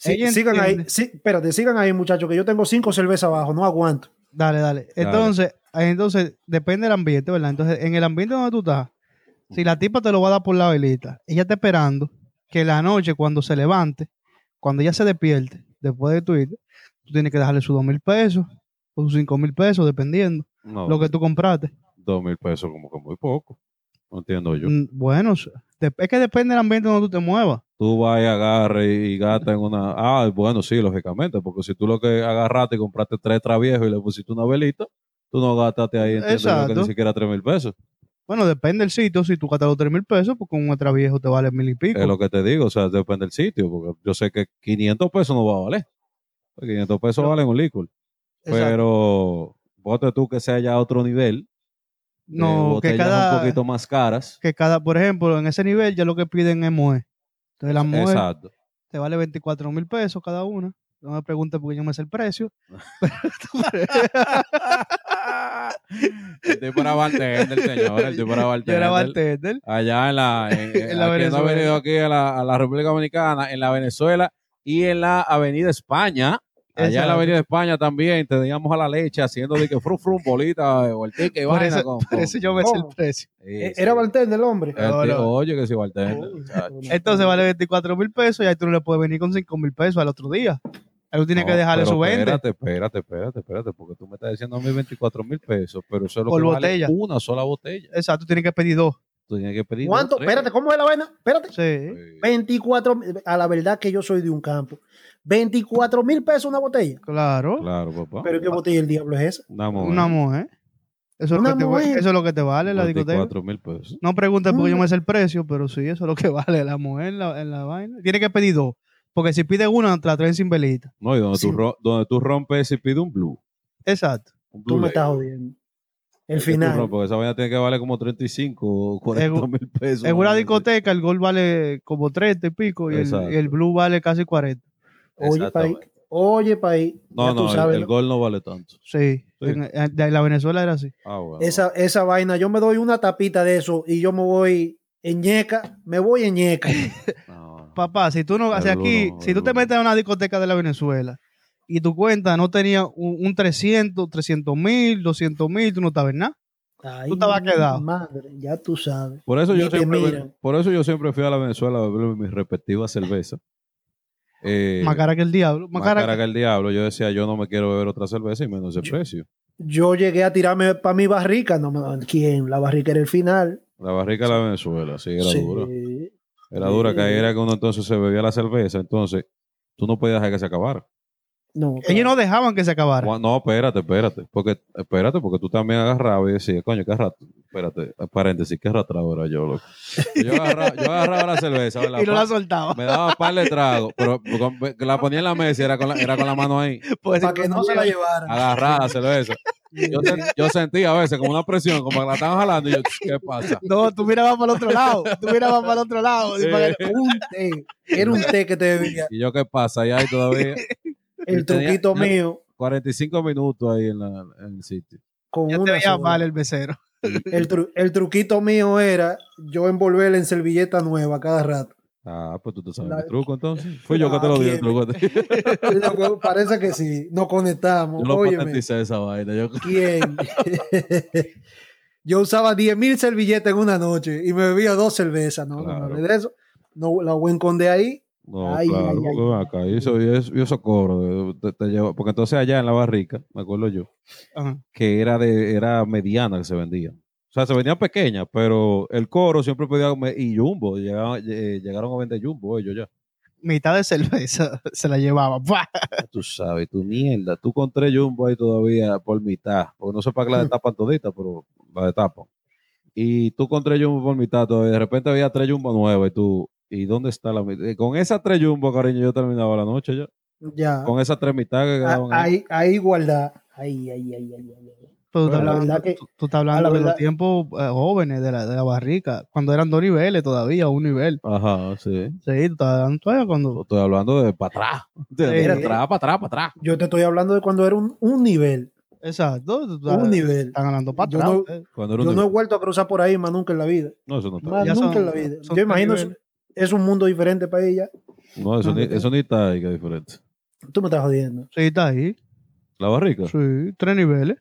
[SPEAKER 1] Sí,
[SPEAKER 2] Ella
[SPEAKER 1] sigan ahí,
[SPEAKER 2] entiende.
[SPEAKER 1] sí, espérate, sigan ahí, muchachos, que yo tengo cinco cervezas abajo, no aguanto.
[SPEAKER 2] dale, dale.
[SPEAKER 3] Dale.
[SPEAKER 2] Entonces, ahí entonces depende del ambiente, ¿verdad? Entonces, en el ambiente donde tú estás, si la tipa te lo va a dar por la velita, ella está esperando que la noche, cuando se levante, cuando ella se despierte, después de tu irte, tú tienes que dejarle sus dos mil pesos o sus cinco mil pesos, dependiendo
[SPEAKER 3] No,
[SPEAKER 2] lo que tú compraste.
[SPEAKER 3] dos mil pesos como que muy poco. No entiendo yo.
[SPEAKER 2] Mm, Bueno, s- dep- es que depende del ambiente donde tú te muevas.
[SPEAKER 3] tú vas y agarras y, y gastas en una. Ah, bueno, sí, lógicamente, porque si tú lo que agarraste y compraste tres traviejos y le pusiste una velita, tú no gastaste ahí, entiendo yo, que
[SPEAKER 2] Exacto.
[SPEAKER 3] ni siquiera tres mil pesos.
[SPEAKER 2] Bueno, depende del sitio. Si tú gastas los tres mil pesos, pues con un viejo te vale mil y pico.
[SPEAKER 3] Es lo que te digo, o sea, depende del sitio, porque yo sé que 500 pesos no va a valer. 500 pesos
[SPEAKER 2] No.
[SPEAKER 3] valen un licor,
[SPEAKER 2] Exacto.
[SPEAKER 3] pero bote tú que sea ya otro nivel, de
[SPEAKER 2] no, que
[SPEAKER 3] botellas un
[SPEAKER 2] cada,
[SPEAKER 3] poquito más caras.
[SPEAKER 2] que cada, por ejemplo, en ese nivel ya lo que piden es moe. Entonces la moe
[SPEAKER 3] Exacto.
[SPEAKER 2] te vale 24 mil pesos cada una. No me preguntes porque yo me sé
[SPEAKER 3] (laughs)
[SPEAKER 2] el precio. (laughs)
[SPEAKER 3] El tipo era bartender, señor, el tipo era
[SPEAKER 2] (laughs) Yo era
[SPEAKER 3] bartender.
[SPEAKER 2] bartender.
[SPEAKER 3] allá en
[SPEAKER 2] (laughs)
[SPEAKER 3] la, en, en- a quien
[SPEAKER 2] En la
[SPEAKER 3] no ha
[SPEAKER 2] Venezuela.
[SPEAKER 3] venido aquí a la, a la República Dominicana, en la Venezuela y en la Avenida España. Allá en
[SPEAKER 2] Exacto.
[SPEAKER 3] la Avenida España también teníamos a la leche haciendo de que fru fru bolita, eh, voltica y
[SPEAKER 2] Por
[SPEAKER 3] vaina
[SPEAKER 2] eso,
[SPEAKER 3] con,
[SPEAKER 2] por
[SPEAKER 3] con-
[SPEAKER 2] eso yo me sé el
[SPEAKER 1] ¿Cómo?
[SPEAKER 2] precio.
[SPEAKER 3] Sí,
[SPEAKER 1] Eh,
[SPEAKER 3] sí.
[SPEAKER 1] Era bartender el hombre.
[SPEAKER 3] El
[SPEAKER 2] No,
[SPEAKER 3] tío,
[SPEAKER 2] no.
[SPEAKER 3] Oye, que si bartender.
[SPEAKER 1] Oh,
[SPEAKER 3] muchacho.
[SPEAKER 1] no.
[SPEAKER 2] Entonces vale 24 mil pesos y ahí tú no le puedes venir con 5 mil pesos al otro día. Ahí tú tienes que
[SPEAKER 3] No,
[SPEAKER 2] dejarle
[SPEAKER 3] pero
[SPEAKER 2] su 20.
[SPEAKER 3] Espérate, espérate, espérate, espérate, porque tú me estás diciendo a mí 24 mil pesos, pero eso es lo
[SPEAKER 2] Por
[SPEAKER 3] que
[SPEAKER 2] botella.
[SPEAKER 3] vale una sola botella.
[SPEAKER 2] Exacto, tú tienes que pedir dos.
[SPEAKER 3] Tú tienes que pedir.
[SPEAKER 1] ¿Cuánto?
[SPEAKER 3] dos, tres.
[SPEAKER 1] Espérate, ¿cómo es la vaina? Espérate.
[SPEAKER 2] Sí.
[SPEAKER 1] 24, a la verdad que yo soy de un campo. 24 mil pesos una botella.
[SPEAKER 2] Claro.
[SPEAKER 3] Claro, papá.
[SPEAKER 1] Pero ¿qué botella el diablo es esa?
[SPEAKER 3] Una mujer.
[SPEAKER 2] Una mujer. Eso es,
[SPEAKER 1] Una
[SPEAKER 2] lo que te, va-
[SPEAKER 1] mujer.
[SPEAKER 2] eso es lo que te vale la discoteca.
[SPEAKER 3] 24 mil pesos.
[SPEAKER 2] No preguntes porque yo
[SPEAKER 1] Una-
[SPEAKER 2] me sé el precio, pero sí, eso es lo que (laughs) vale la mujer en la, en la vaina. Tiene que pedir dos. Porque si pide una, te la traen sin velita.
[SPEAKER 3] No, y donde,
[SPEAKER 1] Sí.
[SPEAKER 3] tú, ro- donde tú rompes y pide un blue.
[SPEAKER 2] Exacto.
[SPEAKER 3] Un blue
[SPEAKER 1] Tú me
[SPEAKER 3] label.
[SPEAKER 1] estás jodiendo. El
[SPEAKER 3] Es que tú
[SPEAKER 1] final.
[SPEAKER 3] rompes, esa vaina tiene que valer como 35 o 40
[SPEAKER 2] Es-
[SPEAKER 3] mil pesos.
[SPEAKER 2] En una
[SPEAKER 3] ¿no?
[SPEAKER 2] discoteca el gol vale como 30 y pico y el,
[SPEAKER 3] Exacto.
[SPEAKER 2] y el blue vale casi 40.
[SPEAKER 1] Oye, país.
[SPEAKER 3] Exactamente.
[SPEAKER 1] Oye, país.
[SPEAKER 3] No,
[SPEAKER 1] Ya tú
[SPEAKER 3] no, el-
[SPEAKER 1] sabes,
[SPEAKER 3] el,
[SPEAKER 1] ¿no?
[SPEAKER 3] gol no vale tanto.
[SPEAKER 2] Sí. En, en- de la Venezuela era así.
[SPEAKER 3] Ah, bueno.
[SPEAKER 1] Esa, esa vaina, yo me doy una tapita de eso y yo me voy en ñeca. Me voy en ñeca.
[SPEAKER 3] No.
[SPEAKER 2] Papá, si tú no,
[SPEAKER 3] El
[SPEAKER 2] si aquí,
[SPEAKER 3] blue no,
[SPEAKER 2] si
[SPEAKER 3] el
[SPEAKER 2] tú te
[SPEAKER 3] blue no.
[SPEAKER 2] metes a una discoteca de la Venezuela y tu cuenta no tenía un, un 300, 300 mil, 200 mil, tú no estabas en nada.
[SPEAKER 1] Ay,
[SPEAKER 2] (laughs) Tú te vas quedado.
[SPEAKER 1] Madre, ya tú sabes.
[SPEAKER 3] Por eso,
[SPEAKER 1] Ni
[SPEAKER 3] yo
[SPEAKER 1] te
[SPEAKER 3] siempre,
[SPEAKER 1] miran.
[SPEAKER 3] por eso yo siempre fui a la Venezuela a beber mis respectivas cervezas. Eh,
[SPEAKER 2] Más cara que el diablo. Más
[SPEAKER 3] más
[SPEAKER 2] cara
[SPEAKER 3] cara
[SPEAKER 2] que-
[SPEAKER 3] que el diablo. Yo decía, yo no me quiero beber otra cerveza y menos ese
[SPEAKER 1] Yo-
[SPEAKER 3] precio.
[SPEAKER 1] Yo llegué a tirarme para mi barrica. No, me- ¿Quién? La barrica era el final.
[SPEAKER 3] La barrica de la Venezuela, sí, era
[SPEAKER 1] Sí. Eh,
[SPEAKER 3] dura. Era dura, que ahí era que uno entonces se bebía la cerveza, entonces tú no podías dejar que se acabara.
[SPEAKER 1] No,
[SPEAKER 2] Ellos no dejaban que se acabara.
[SPEAKER 3] Gua- No, espérate, espérate. Porque, espérate, porque tú también agarrabas y decías, coño, qué rato. Espérate, paréntesis, qué ratado era yo, loco. Yo agarraba, yo agarraba la cerveza, ¿verdad?
[SPEAKER 2] (laughs) y no la
[SPEAKER 3] Pa-
[SPEAKER 2] soltaba.
[SPEAKER 3] me daba par de tragos, pero con- que la ponía en la mesa y era con la, era con la mano ahí,
[SPEAKER 2] Pues,
[SPEAKER 1] para que no se la llevaran.
[SPEAKER 3] agarrada la cerveza. Ah, Yo, sen- yo sentía a veces como una presión, como que la estaban jalando y yo, ¿qué
[SPEAKER 2] (laughs)
[SPEAKER 3] pasa?
[SPEAKER 2] No, tú mirabas para el otro lado. Tú mirabas para el otro lado.
[SPEAKER 3] Sí.
[SPEAKER 2] Para que-
[SPEAKER 1] Un té. Era un té que te bebía.
[SPEAKER 3] (laughs) Y yo, ¿qué pasa? Y ahí todavía
[SPEAKER 1] El
[SPEAKER 3] Yo tenía-
[SPEAKER 1] truquito
[SPEAKER 3] yo-
[SPEAKER 1] mío
[SPEAKER 3] 45 minutos ahí en, la- en el sitio.
[SPEAKER 1] con
[SPEAKER 2] Ya te
[SPEAKER 1] una
[SPEAKER 2] veía
[SPEAKER 1] soda.
[SPEAKER 2] mal el becero.
[SPEAKER 1] El, tru- el truquito mío era yo envolverla en servilleta nueva cada rato. (laughs)
[SPEAKER 3] Ah, pues tú te sabes
[SPEAKER 1] La-
[SPEAKER 3] el truco entonces. Fui yo que te
[SPEAKER 1] Ah,
[SPEAKER 3] lo di
[SPEAKER 1] ¿quién?
[SPEAKER 3] el truco.
[SPEAKER 1] Loco, pues, Parece que sí, nos conectamos.
[SPEAKER 3] Yo lo
[SPEAKER 1] Óyeme,
[SPEAKER 3] patenticé esa vaina. Yo,
[SPEAKER 1] ¿quién? (laughs) yo usaba 10.000 servilletas en una noche y me bebía dos cervezas. No, no me
[SPEAKER 3] Claro.
[SPEAKER 1] hables de eso. No, la voy a esconder ahí.
[SPEAKER 3] No,
[SPEAKER 1] Ay,
[SPEAKER 3] claro,
[SPEAKER 1] ay, ay.
[SPEAKER 3] porque ven acá, y eso, y eso, y eso cobro, eh, te- te lleva- porque entonces allá en la barrica, me acuerdo yo,
[SPEAKER 2] Ajá.
[SPEAKER 3] que era de, era mediana que se vendía. O sea, se vendían pequeñas, pero el coro siempre pedía me- y jumbo, llegaban- eh, llegaron a vender jumbo ellos ya.
[SPEAKER 2] Mitad de cerveza (laughs) se la llevaba. ¡Buah!
[SPEAKER 3] Ya Ah, Tú sabes, tu mierda, tú con tres jumbo ahí todavía por mitad, porque no sé para qué la destapan todita, pero la destapan. Y tú con tres jumbo por mitad todavía, de repente había tres jumbo nuevas y tú, ¿Y dónde está la mitad? Eh, Con esas tres jumbo, cariño, yo terminaba la noche ya.
[SPEAKER 1] Ya.
[SPEAKER 3] Con esas tres mitades que
[SPEAKER 1] Ah,
[SPEAKER 3] quedaban ahí.
[SPEAKER 1] Hay, hay igualdad. Ay, ay, ay, ay, ay, ay.
[SPEAKER 2] Pero tú,
[SPEAKER 3] Bueno,
[SPEAKER 2] estás
[SPEAKER 3] la
[SPEAKER 2] hablando,
[SPEAKER 1] verdad que-
[SPEAKER 2] tú- tú estás
[SPEAKER 1] la
[SPEAKER 2] hablando de los
[SPEAKER 1] verdad-
[SPEAKER 2] tiempos eh, jóvenes de la, de la barrica, cuando eran dos niveles todavía, un nivel.
[SPEAKER 3] Ajá, sí.
[SPEAKER 2] Sí, tú estás hablando todavía cuando...
[SPEAKER 3] Estoy hablando de para atrás. (laughs) De,
[SPEAKER 2] Sí.
[SPEAKER 3] para atrás, para atrás, para atrás.
[SPEAKER 1] Yo te estoy hablando de cuando era un, un nivel.
[SPEAKER 2] Exacto, tú estás-
[SPEAKER 1] Un nivel.
[SPEAKER 2] están hablando para
[SPEAKER 1] Yo
[SPEAKER 2] atrás. Eh,
[SPEAKER 1] no-
[SPEAKER 2] ustedes.
[SPEAKER 3] Cuando era
[SPEAKER 1] Yo
[SPEAKER 3] un
[SPEAKER 1] no he
[SPEAKER 3] niño.
[SPEAKER 1] vuelto a cruzar por ahí más nunca en la vida.
[SPEAKER 3] No, eso no está.
[SPEAKER 1] Más
[SPEAKER 2] Ya son-
[SPEAKER 1] nunca en la vida.
[SPEAKER 2] son
[SPEAKER 1] Yo imagino
[SPEAKER 2] tres
[SPEAKER 1] es, es un mundo diferente para ella.
[SPEAKER 3] ahí. No, eso,
[SPEAKER 2] no,
[SPEAKER 3] ni,
[SPEAKER 2] no.
[SPEAKER 3] eso ni está ahí que es diferente.
[SPEAKER 1] Tú me estás jodiendo.
[SPEAKER 2] Sí, está ahí.
[SPEAKER 3] La barrica.
[SPEAKER 2] Sí, tres niveles.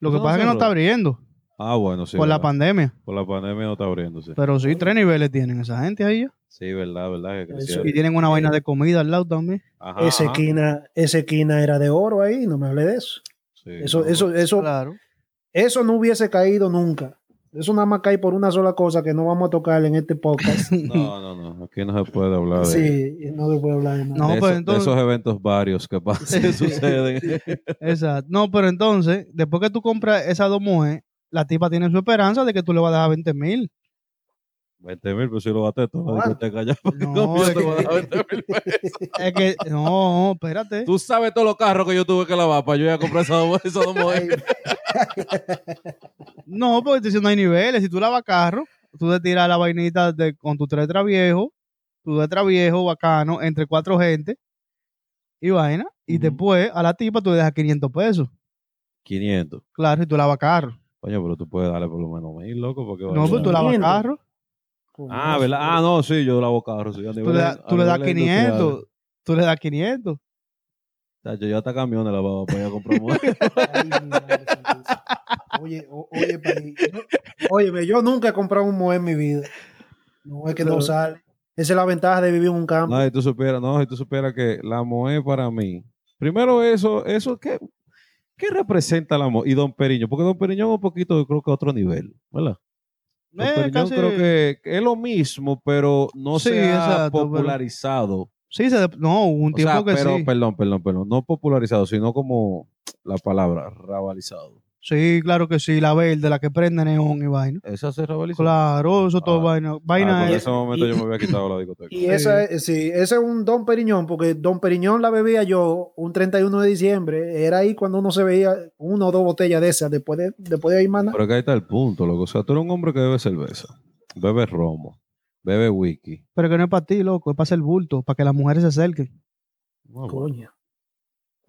[SPEAKER 2] Lo que
[SPEAKER 3] Eso no
[SPEAKER 2] pasa es que no
[SPEAKER 3] cerró.
[SPEAKER 2] está abriendo
[SPEAKER 3] Ah, bueno, sí.
[SPEAKER 2] por la
[SPEAKER 3] verdad.
[SPEAKER 2] pandemia.
[SPEAKER 3] Por la pandemia no está abriéndose.
[SPEAKER 2] Pero sí, tres niveles tienen esa gente ahí. ya.
[SPEAKER 3] Sí, verdad, verdad que
[SPEAKER 1] Eso-
[SPEAKER 3] crecieron.
[SPEAKER 2] Y tienen una vaina de comida al lado también.
[SPEAKER 3] Ajá,
[SPEAKER 1] esa,
[SPEAKER 3] ajá.
[SPEAKER 1] esquina, esa esquina era de oro ahí, no me hablé de eso.
[SPEAKER 3] Sí,
[SPEAKER 1] Eso,
[SPEAKER 3] no,
[SPEAKER 1] eso, eso,
[SPEAKER 2] Claro.
[SPEAKER 1] eso no hubiese caído nunca. Eso nada más cae por una sola cosa que no vamos a tocar en este podcast.
[SPEAKER 3] (laughs)
[SPEAKER 2] (laughs)
[SPEAKER 3] No, no, no. Aquí no se puede hablar de, de
[SPEAKER 1] sí, no se puede hablar de nada.
[SPEAKER 2] No,
[SPEAKER 3] eso-
[SPEAKER 2] pues,
[SPEAKER 3] de
[SPEAKER 2] entonces-
[SPEAKER 3] esos eventos varios que pasan, (laughs)
[SPEAKER 2] (laughs)
[SPEAKER 3] que suceden.
[SPEAKER 2] Exacto. No, pero entonces, después que tú compras esas dos mujeres, la tipa tiene su esperanza de que tú le vas a dar 20 mil.
[SPEAKER 3] 20 mil, pero si lo bate todo, la
[SPEAKER 1] Bueno.
[SPEAKER 3] discoteca ya. porque
[SPEAKER 2] No,
[SPEAKER 3] no, yo
[SPEAKER 2] es
[SPEAKER 3] te voy a
[SPEAKER 2] que-
[SPEAKER 3] dar 20 mil.
[SPEAKER 1] (laughs)
[SPEAKER 2] Es que, no, espérate.
[SPEAKER 3] Tú sabes todos los carros que yo tuve que lavar para yo ir a comprar esas dos- esas
[SPEAKER 2] (laughs)
[SPEAKER 1] (laughs)
[SPEAKER 3] dos
[SPEAKER 1] Ay, (laughs)
[SPEAKER 3] (laughs) mujeres.
[SPEAKER 2] No, porque te dicen no hay niveles. Si tú lavas carro, tú te tiras la vainita de, con tu tres viejo, tu tres viejo bacano, entre cuatro gente y vaina. Y
[SPEAKER 3] Ujú.
[SPEAKER 2] después a la tipa tú le dejas 500 pesos.
[SPEAKER 3] 500.
[SPEAKER 2] Claro, si tú lavas carro.
[SPEAKER 3] Coño, pero tú puedes darle por lo menos mil, loco, porque
[SPEAKER 2] No, pues tú lavas
[SPEAKER 1] 500.
[SPEAKER 2] carro.
[SPEAKER 1] coño,
[SPEAKER 3] Ah, ¿verdad? Ah, no, sí, yo lavo carros. Sí, a
[SPEAKER 2] Tú
[SPEAKER 3] nivel-
[SPEAKER 2] le, das-
[SPEAKER 3] a
[SPEAKER 2] tú le das
[SPEAKER 3] nivel industrial.
[SPEAKER 2] 500. Tú le das 500.
[SPEAKER 3] Tacho, yo hasta camiones lavaba para ir a comprar
[SPEAKER 2] (laughs)
[SPEAKER 3] mujeres.
[SPEAKER 1] Ay, mi madre santísima. Oye, o- oye, Peri, yo- óyeme, yo nunca he comprado un Moe en mi vida. No es que no
[SPEAKER 2] No.
[SPEAKER 1] sale. Esa es la ventaja de vivir en un campo.
[SPEAKER 3] No, si tú supieras, no, si tú supieras que la moe para mí. Primero eso, eso ¿qué, qué representa la moe? Y Don Periño, porque Don Periño es un poquito, yo creo que a otro nivel, ¿verdad? Don
[SPEAKER 2] Eh,
[SPEAKER 3] Periñón
[SPEAKER 2] casi-
[SPEAKER 3] creo que es lo mismo, pero no
[SPEAKER 2] Sí,
[SPEAKER 3] se ha
[SPEAKER 2] exacto, pero-
[SPEAKER 3] popularizado.
[SPEAKER 2] Sí, se de- no, hubo un
[SPEAKER 3] O
[SPEAKER 2] tiempo
[SPEAKER 3] sea,
[SPEAKER 2] que
[SPEAKER 3] pero,
[SPEAKER 2] sí.
[SPEAKER 3] perdón, perdón, perdón, no popularizado, sino como la palabra, rabalizado.
[SPEAKER 2] Sí, claro que sí, la verde, la que prende neón y vaina.
[SPEAKER 3] ¿Esa se rabalizó?
[SPEAKER 2] Claro, eso todo
[SPEAKER 3] Ah.
[SPEAKER 2] vaina.
[SPEAKER 3] Ah,
[SPEAKER 2] Vaina
[SPEAKER 3] pues en
[SPEAKER 2] es.
[SPEAKER 3] ese momento yo me había quitado la discoteca.
[SPEAKER 1] Y esa es, sí, ese es un Don Periñón, porque Don Periñón la bebía yo un 31 de diciembre. Era ahí cuando uno se veía una o dos botellas de esas. Después de, después de ahí, mana.
[SPEAKER 3] Pero que ahí está el punto, loco. O sea, tú eres un hombre que bebe cerveza, bebe romo, bebe whisky.
[SPEAKER 2] Pero que no es para ti, loco, es para hacer bulto, para que las mujeres se acerquen.
[SPEAKER 3] No, bueno.
[SPEAKER 1] Coño.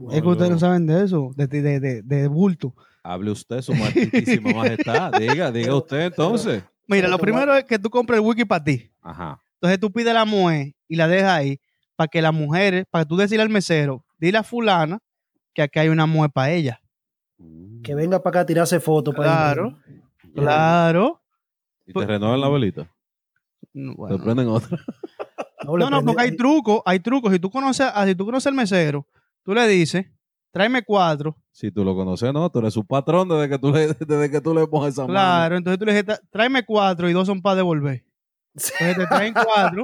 [SPEAKER 2] es que
[SPEAKER 3] Bueno,
[SPEAKER 2] ustedes no saben de eso, de, de, de, de bulto.
[SPEAKER 3] Hable usted, su martitísima
[SPEAKER 2] (laughs)
[SPEAKER 3] majestad. Diga, diga usted entonces.
[SPEAKER 2] Mira, lo
[SPEAKER 1] Pero te voy a-
[SPEAKER 2] primero es que tú compres el wiki para ti.
[SPEAKER 3] Ajá.
[SPEAKER 2] Entonces tú pides la mujer y la dejas ahí para que las mujeres, para que tú decirle al mesero, dile a fulana que aquí hay una mujer para ella.
[SPEAKER 1] Que
[SPEAKER 3] Mm,
[SPEAKER 1] venga para acá a tirarse fotos. para
[SPEAKER 2] Claro,
[SPEAKER 1] irme.
[SPEAKER 2] claro.
[SPEAKER 3] Y te renuevan la velita.
[SPEAKER 2] No,
[SPEAKER 3] Te
[SPEAKER 2] bueno.
[SPEAKER 3] prenden otra.
[SPEAKER 1] le
[SPEAKER 2] No, no,
[SPEAKER 1] prende-
[SPEAKER 2] porque hay trucos, hay trucos. Si tú conoces, ah, si tú conoces al mesero, tú le dices, tráeme cuatro.
[SPEAKER 3] Si tú lo conoces, no. Tú eres su patrón desde que tú le, desde que tú le pones esa mano.
[SPEAKER 2] Claro, entonces tú le dices, tráeme cuatro y dos son para devolver.
[SPEAKER 1] Sí.
[SPEAKER 2] Entonces te traen cuatro,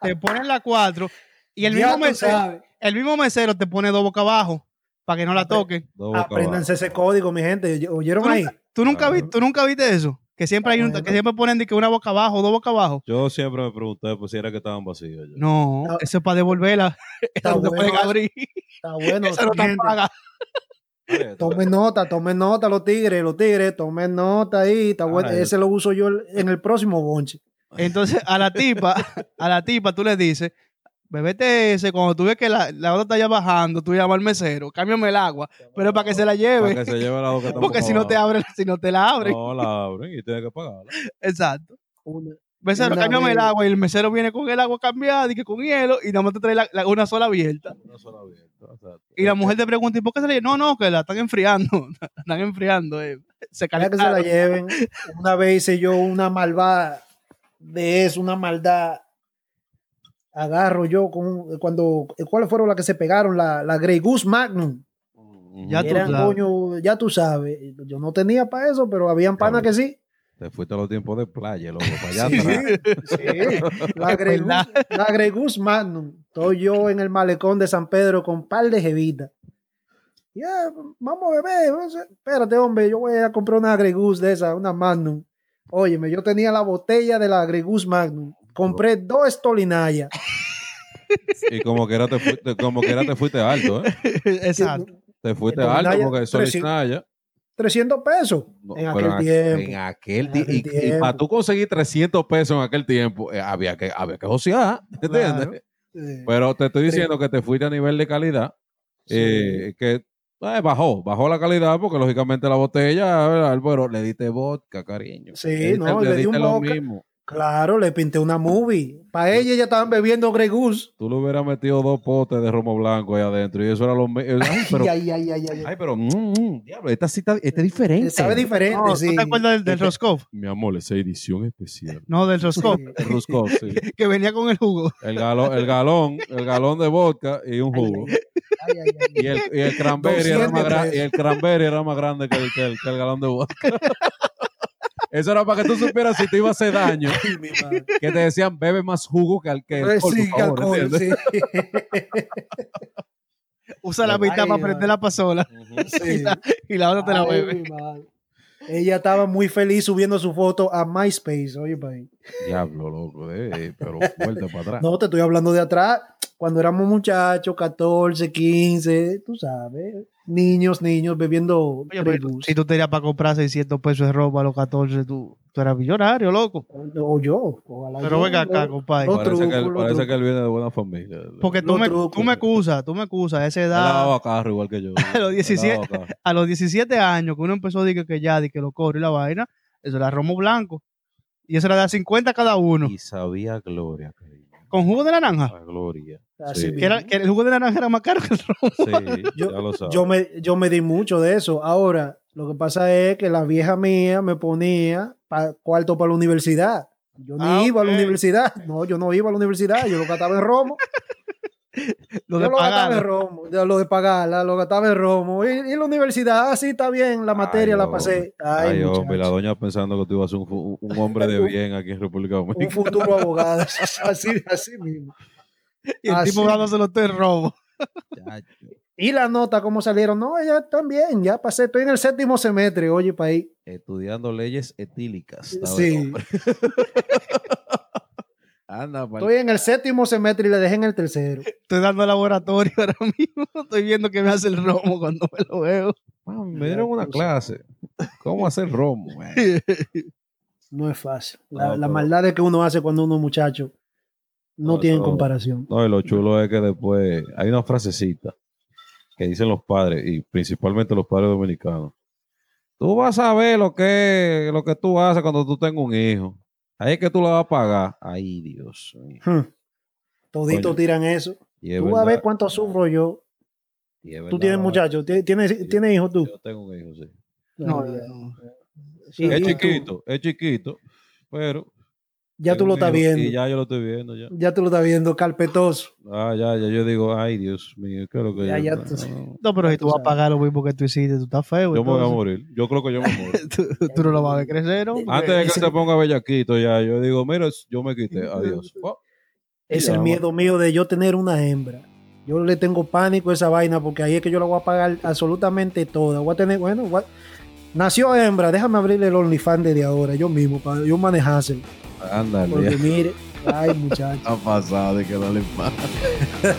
[SPEAKER 2] te ponen la cuatro y el
[SPEAKER 1] Ya
[SPEAKER 2] mismo,
[SPEAKER 1] tú
[SPEAKER 2] mesero,
[SPEAKER 1] sabes.
[SPEAKER 2] el mismo mesero te pone dos boca abajo para que no la
[SPEAKER 1] Apre-
[SPEAKER 2] toquen.
[SPEAKER 3] Dos boca abajo.
[SPEAKER 1] Apréndanse ese código, mi gente. ¿Oyeron
[SPEAKER 2] Tú
[SPEAKER 1] ahí?
[SPEAKER 2] nunca, tú nunca
[SPEAKER 3] Claro.
[SPEAKER 2] vi- tú nunca viste eso. Que siempre hay un,
[SPEAKER 1] Bueno.
[SPEAKER 2] que siempre ponen de que una boca abajo, dos boca abajo.
[SPEAKER 3] Yo siempre me pregunté pues, si era que estaban vacíos. ya.
[SPEAKER 2] No,
[SPEAKER 1] No.
[SPEAKER 2] eso es para devolverla. (laughs)
[SPEAKER 1] Está
[SPEAKER 2] no te
[SPEAKER 1] bueno,
[SPEAKER 2] pueden abrir.
[SPEAKER 1] Está bueno.
[SPEAKER 2] Esa no te
[SPEAKER 1] gente.
[SPEAKER 2] paga.
[SPEAKER 1] Tomen nota, tomen nota los tigres, los tigres, tomen nota ahí. Está bueno.
[SPEAKER 3] Ah,
[SPEAKER 1] Ese lo uso yo el- en el próximo bonche.
[SPEAKER 2] Entonces a la tipa, (laughs) a la tipa tú le dices, bebete ese, cuando tú ves que la, la otra está ya bajando, tú llamas al mesero, cámbiame el agua, pero para que se la
[SPEAKER 3] Para
[SPEAKER 2] lleve.
[SPEAKER 3] que se lleve la boca está un
[SPEAKER 2] (laughs) Porque
[SPEAKER 3] poco
[SPEAKER 2] si no te
[SPEAKER 3] abajo.
[SPEAKER 2] abren, si no te la abren.
[SPEAKER 3] No, la abren y tienes que pagarla.
[SPEAKER 2] Exacto.
[SPEAKER 1] Una-
[SPEAKER 2] Mesero,
[SPEAKER 1] Una
[SPEAKER 2] cámbiame el
[SPEAKER 1] vez.
[SPEAKER 2] agua. Y el mesero viene con el agua cambiada y que con hielo y nada más te trae la- la- una sola abierta.
[SPEAKER 3] Una sola abierta. o sea,
[SPEAKER 2] Y la mujer te pregunta, ¿y por qué se la lleva? No, no, que la están enfriando. (laughs) la están enfriando. eh. Se
[SPEAKER 1] Para que se la
[SPEAKER 2] calentaron.
[SPEAKER 1] lleven. Una vez hice yo una malvada de eso, una maldad. Agarro yo con un- cuando cuáles fueron las que se pegaron la, la Grey Goose Magnum.
[SPEAKER 3] Ujú.
[SPEAKER 2] Ya tú
[SPEAKER 1] Eran,
[SPEAKER 2] sabes.
[SPEAKER 1] coño, ya tú sabes. Yo no tenía para eso, pero habían panas que sí.
[SPEAKER 3] Te fuiste a los tiempos de playa, loco, para allá
[SPEAKER 1] Sí,
[SPEAKER 3] atrás.
[SPEAKER 1] sí. La Grey
[SPEAKER 2] ¿Verdad?
[SPEAKER 1] Goose- la Grey Goose Magnum. Estoy yo en el malecón de San Pedro con un par de jevitas. Ya, vamos a beber. vamos a- Espérate, hombre, yo voy a comprar una Grey Goose de esa, una Magnum. Óyeme, yo tenía la botella de la Grey Goose Magnum Compré dos estolinayas.
[SPEAKER 3] Y como que era te fuiste, como que era te fuiste alto, ¿eh?
[SPEAKER 2] (laughs) Exacto.
[SPEAKER 3] Te fuiste
[SPEAKER 1] Entonces,
[SPEAKER 3] alto
[SPEAKER 1] Naya,
[SPEAKER 3] porque
[SPEAKER 1] tres, sí.
[SPEAKER 3] Solisnaya.
[SPEAKER 1] 300 pesos
[SPEAKER 3] No,
[SPEAKER 1] en
[SPEAKER 3] pero
[SPEAKER 1] aquel
[SPEAKER 3] en-
[SPEAKER 1] tiempo.
[SPEAKER 3] En aquel,
[SPEAKER 1] En
[SPEAKER 3] ti-
[SPEAKER 1] aquel
[SPEAKER 3] y- y,
[SPEAKER 1] tiempo.
[SPEAKER 3] para tú conseguir 300 pesos en aquel tiempo, eh, había que había que josear, ¿te
[SPEAKER 1] Claro.
[SPEAKER 3] entiendes?
[SPEAKER 1] Eh,
[SPEAKER 3] Pero te estoy
[SPEAKER 1] Sí.
[SPEAKER 3] diciendo que te fuiste a nivel de calidad,
[SPEAKER 1] sí.
[SPEAKER 3] eh, que eh, bajó, bajó la calidad porque lógicamente la botella, ¿verdad? pero le diste vodka, cariño.
[SPEAKER 1] Sí,
[SPEAKER 3] Le diste-
[SPEAKER 1] no,
[SPEAKER 3] le
[SPEAKER 1] le di
[SPEAKER 3] diste
[SPEAKER 1] un
[SPEAKER 3] lo
[SPEAKER 1] vodka.
[SPEAKER 3] mismo.
[SPEAKER 1] Claro, le pinté una movie. Para ella ya estaban bebiendo Grey Goose.
[SPEAKER 3] Tú le hubieras metido dos potes de romo blanco ahí adentro y eso era lo mismo. Ay, pero,
[SPEAKER 1] Y ay, ay, ay, ay, ay.
[SPEAKER 3] ay, pero, mm, mm, diablo, esta cita este es diferente.
[SPEAKER 1] Sabe diferente,
[SPEAKER 2] No,
[SPEAKER 1] sí.
[SPEAKER 2] ¿Tú te acuerdas del, del Roscoff?
[SPEAKER 3] Mi amor, esa edición
[SPEAKER 1] (laughs)
[SPEAKER 3] especial.
[SPEAKER 2] No, del Roscoff,
[SPEAKER 1] Sí.
[SPEAKER 3] El Ruskov, sí.
[SPEAKER 2] que venía con el jugo.
[SPEAKER 3] El galón, el galón, el galón de vodka y un jugo.
[SPEAKER 1] Ay, ay, ay, ay.
[SPEAKER 3] Y el, y el cranberry era
[SPEAKER 1] 200
[SPEAKER 3] más grande,
[SPEAKER 1] pesos.
[SPEAKER 3] y el cranberry era más grande que el, que el- que el galón de vodka. (laughs) Eso era para que tú supieras si te iba a hacer daño.
[SPEAKER 1] Ay, mi madre.
[SPEAKER 3] Que te decían, bebe más jugo que al que
[SPEAKER 1] Eh,
[SPEAKER 3] alcohol,
[SPEAKER 1] sí,
[SPEAKER 3] por favor",
[SPEAKER 1] alcohol,
[SPEAKER 3] ¿entiendes?
[SPEAKER 2] (laughs) Usa la mitad
[SPEAKER 1] Ay,
[SPEAKER 2] para prender
[SPEAKER 1] ay.
[SPEAKER 2] la pasola
[SPEAKER 1] sí. Sí.
[SPEAKER 2] (laughs) y la otra te la
[SPEAKER 1] eh. Ay,
[SPEAKER 2] bebe.
[SPEAKER 1] mi madre. Ella estaba muy feliz subiendo su foto a MySpace. Oye, pa' ahí.
[SPEAKER 3] Diablo, loco, eh, pero fuerte para
[SPEAKER 2] Ah.
[SPEAKER 3] atrás.
[SPEAKER 1] No, te estoy hablando de atrás. Cuando éramos muchachos, 14, 15, tú sabes. Niños, niños, bebiendo
[SPEAKER 2] Oye,
[SPEAKER 1] Grey
[SPEAKER 2] pero
[SPEAKER 1] Goose.
[SPEAKER 2] si tú tenías para comprar 600 pesos de ropa a los 14, tú, tú eras millonario, loco.
[SPEAKER 1] O yo. Ojalá
[SPEAKER 2] Pero
[SPEAKER 1] yo,
[SPEAKER 2] venga acá,
[SPEAKER 1] ¿no?
[SPEAKER 2] compadre.
[SPEAKER 1] Los
[SPEAKER 3] parece que él,
[SPEAKER 1] trucos, los
[SPEAKER 3] parece
[SPEAKER 1] trucos.
[SPEAKER 3] que él viene de buena familia. Él
[SPEAKER 2] Porque tú
[SPEAKER 1] los
[SPEAKER 2] me,
[SPEAKER 1] trucos.
[SPEAKER 2] tú me acusas, tú me acusas. A esa
[SPEAKER 3] ha dado
[SPEAKER 2] edad,
[SPEAKER 3] a carro igual
[SPEAKER 1] (laughs)
[SPEAKER 3] que yo.
[SPEAKER 2] A
[SPEAKER 3] Él ha
[SPEAKER 2] los 17.
[SPEAKER 3] dado a carro.
[SPEAKER 2] a los 17 años, que uno empezó a decir que ya, de que lo cobro y la vaina, eso era romo blanco. Y eso era de a 50 cada uno.
[SPEAKER 3] Y sabía a gloria,
[SPEAKER 1] (laughs)
[SPEAKER 3] cariño.
[SPEAKER 2] Con jugo de
[SPEAKER 1] Ah.
[SPEAKER 2] naranja.
[SPEAKER 3] A gloria.
[SPEAKER 1] Así
[SPEAKER 3] Sí.
[SPEAKER 1] mismo.
[SPEAKER 2] Que, era, que el jugo de naranja era más caro que el romo.
[SPEAKER 3] Sí, ya lo sabes.
[SPEAKER 1] Yo me, yo me di mucho de eso. Ahora, lo que pasa es que la vieja mía me ponía pa- cuarto para la universidad. Yo ni
[SPEAKER 2] Ah,
[SPEAKER 1] iba a la
[SPEAKER 2] ok.
[SPEAKER 1] universidad. (laughs) No, yo no iba a la universidad. Yo lo gastaba en romo.
[SPEAKER 2] (laughs)
[SPEAKER 1] (laughs) yo
[SPEAKER 2] Lo de
[SPEAKER 1] lo gastaba en
[SPEAKER 2] pagar.
[SPEAKER 1] romo. Yo lo de pagarla, lo gastaba en romo. Y, y la universidad, así está bien. La materia
[SPEAKER 3] Ay,
[SPEAKER 1] la
[SPEAKER 2] oh.
[SPEAKER 3] hombre.
[SPEAKER 1] pasé. Ay,
[SPEAKER 3] Ay,
[SPEAKER 1] muchacho.
[SPEAKER 3] hombre, la doña pensando que tú ibas a ser un, fu- un hombre
[SPEAKER 1] (laughs)
[SPEAKER 3] de bien aquí en República
[SPEAKER 1] Un (laughs)
[SPEAKER 3] Dominicana.
[SPEAKER 1] futuro abogado. así, así mismo.
[SPEAKER 2] Y el tipo
[SPEAKER 1] Así.
[SPEAKER 2] dándoselo todo en robo.
[SPEAKER 1] Y la nota, ¿cómo salieron? No, ella también. Ya pasé. Estoy en el séptimo semestre. Oye, país.
[SPEAKER 3] Estudiando leyes etílicas. estaba el
[SPEAKER 1] Sí.
[SPEAKER 3] hombre. Anda, pal-
[SPEAKER 1] Estoy en el séptimo semestre y le dejé en el tercero.
[SPEAKER 2] Estoy dando laboratorio ahora mismo. (laughs) Estoy viendo que me hace el romo cuando me lo veo.
[SPEAKER 3] Ah, me dieron una clase. ¿Cómo hacer romo?
[SPEAKER 1] (laughs)
[SPEAKER 3] man?
[SPEAKER 1] No es fácil. La,
[SPEAKER 3] No,
[SPEAKER 1] la
[SPEAKER 3] pero-
[SPEAKER 1] maldad de que uno hace cuando uno es muchacho no,
[SPEAKER 3] No,
[SPEAKER 1] tiene
[SPEAKER 3] eso-
[SPEAKER 1] comparación.
[SPEAKER 3] No, y lo chulo es que después hay una frasecita que dicen los padres, y principalmente los padres dominicanos. Tú vas a ver lo que, lo que tú haces cuando tú tengas un hijo. Ahí es que tú la vas a pagar. Ay, Dios. mío.
[SPEAKER 1] Hmm. Toditos
[SPEAKER 3] Coño.
[SPEAKER 1] tiran eso.
[SPEAKER 3] Y es
[SPEAKER 1] Tú vas a ver
[SPEAKER 3] verdad,
[SPEAKER 1] cuánto sufro yo.
[SPEAKER 3] y es
[SPEAKER 1] Tú
[SPEAKER 3] verdad,
[SPEAKER 1] tienes
[SPEAKER 3] va.
[SPEAKER 1] muchachos, ti- tienes, tienes hijos tú.
[SPEAKER 3] Yo tengo un hijo, sí.
[SPEAKER 2] (laughs) No,
[SPEAKER 1] ya.
[SPEAKER 2] no.
[SPEAKER 1] Sí,
[SPEAKER 3] Es
[SPEAKER 1] y tú-
[SPEAKER 3] chiquito, es chiquito, pero...
[SPEAKER 1] Ya tú
[SPEAKER 3] tengo
[SPEAKER 1] lo
[SPEAKER 3] un
[SPEAKER 1] estás
[SPEAKER 3] hijo
[SPEAKER 1] viendo.
[SPEAKER 3] Y
[SPEAKER 1] Ya.
[SPEAKER 3] ya yo lo estoy viendo, ya.
[SPEAKER 1] tú lo estás viendo, carpetoso.
[SPEAKER 3] Ah, ya, ya, yo digo, ay, Dios mío, ¿qué es lo que
[SPEAKER 1] Ya,
[SPEAKER 3] yo-
[SPEAKER 1] ya
[SPEAKER 3] no,
[SPEAKER 1] tú-
[SPEAKER 3] no,
[SPEAKER 2] No, pero si tú
[SPEAKER 1] Tú
[SPEAKER 2] vas a
[SPEAKER 1] sabes.
[SPEAKER 2] pagar lo mismo que tú hiciste, tú estás feo.
[SPEAKER 3] Yo me voy a
[SPEAKER 2] entonces.
[SPEAKER 3] morir. Yo creo que yo me muero.
[SPEAKER 2] tú, (laughs) tú no lo vas a ver crecer, ¿no?
[SPEAKER 1] Ah,
[SPEAKER 3] Antes de que
[SPEAKER 1] Ese-
[SPEAKER 3] se ponga bellaquito ya, yo digo, mira, yo me quité, adiós. Oh,
[SPEAKER 1] Es
[SPEAKER 3] Ya,
[SPEAKER 1] el
[SPEAKER 3] va.
[SPEAKER 1] miedo mío de yo tener una hembra. Yo le tengo pánico a esa vaina porque ahí es que yo la voy a pagar absolutamente toda. Voy a tener, bueno, voy a- nació hembra, déjame abrirle el OnlyFans desde ahora, yo mismo, para yo manejárselo.
[SPEAKER 3] Oh, Ándale,
[SPEAKER 1] (laughs) Porque mire, ay muchacho.
[SPEAKER 3] ha pasado de que no le pasa.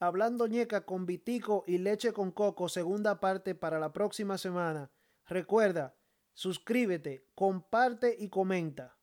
[SPEAKER 1] Hablando ñeca con Vitico y leche con coco, segunda parte para la próxima semana. Recuerda, suscríbete, comparte y comenta.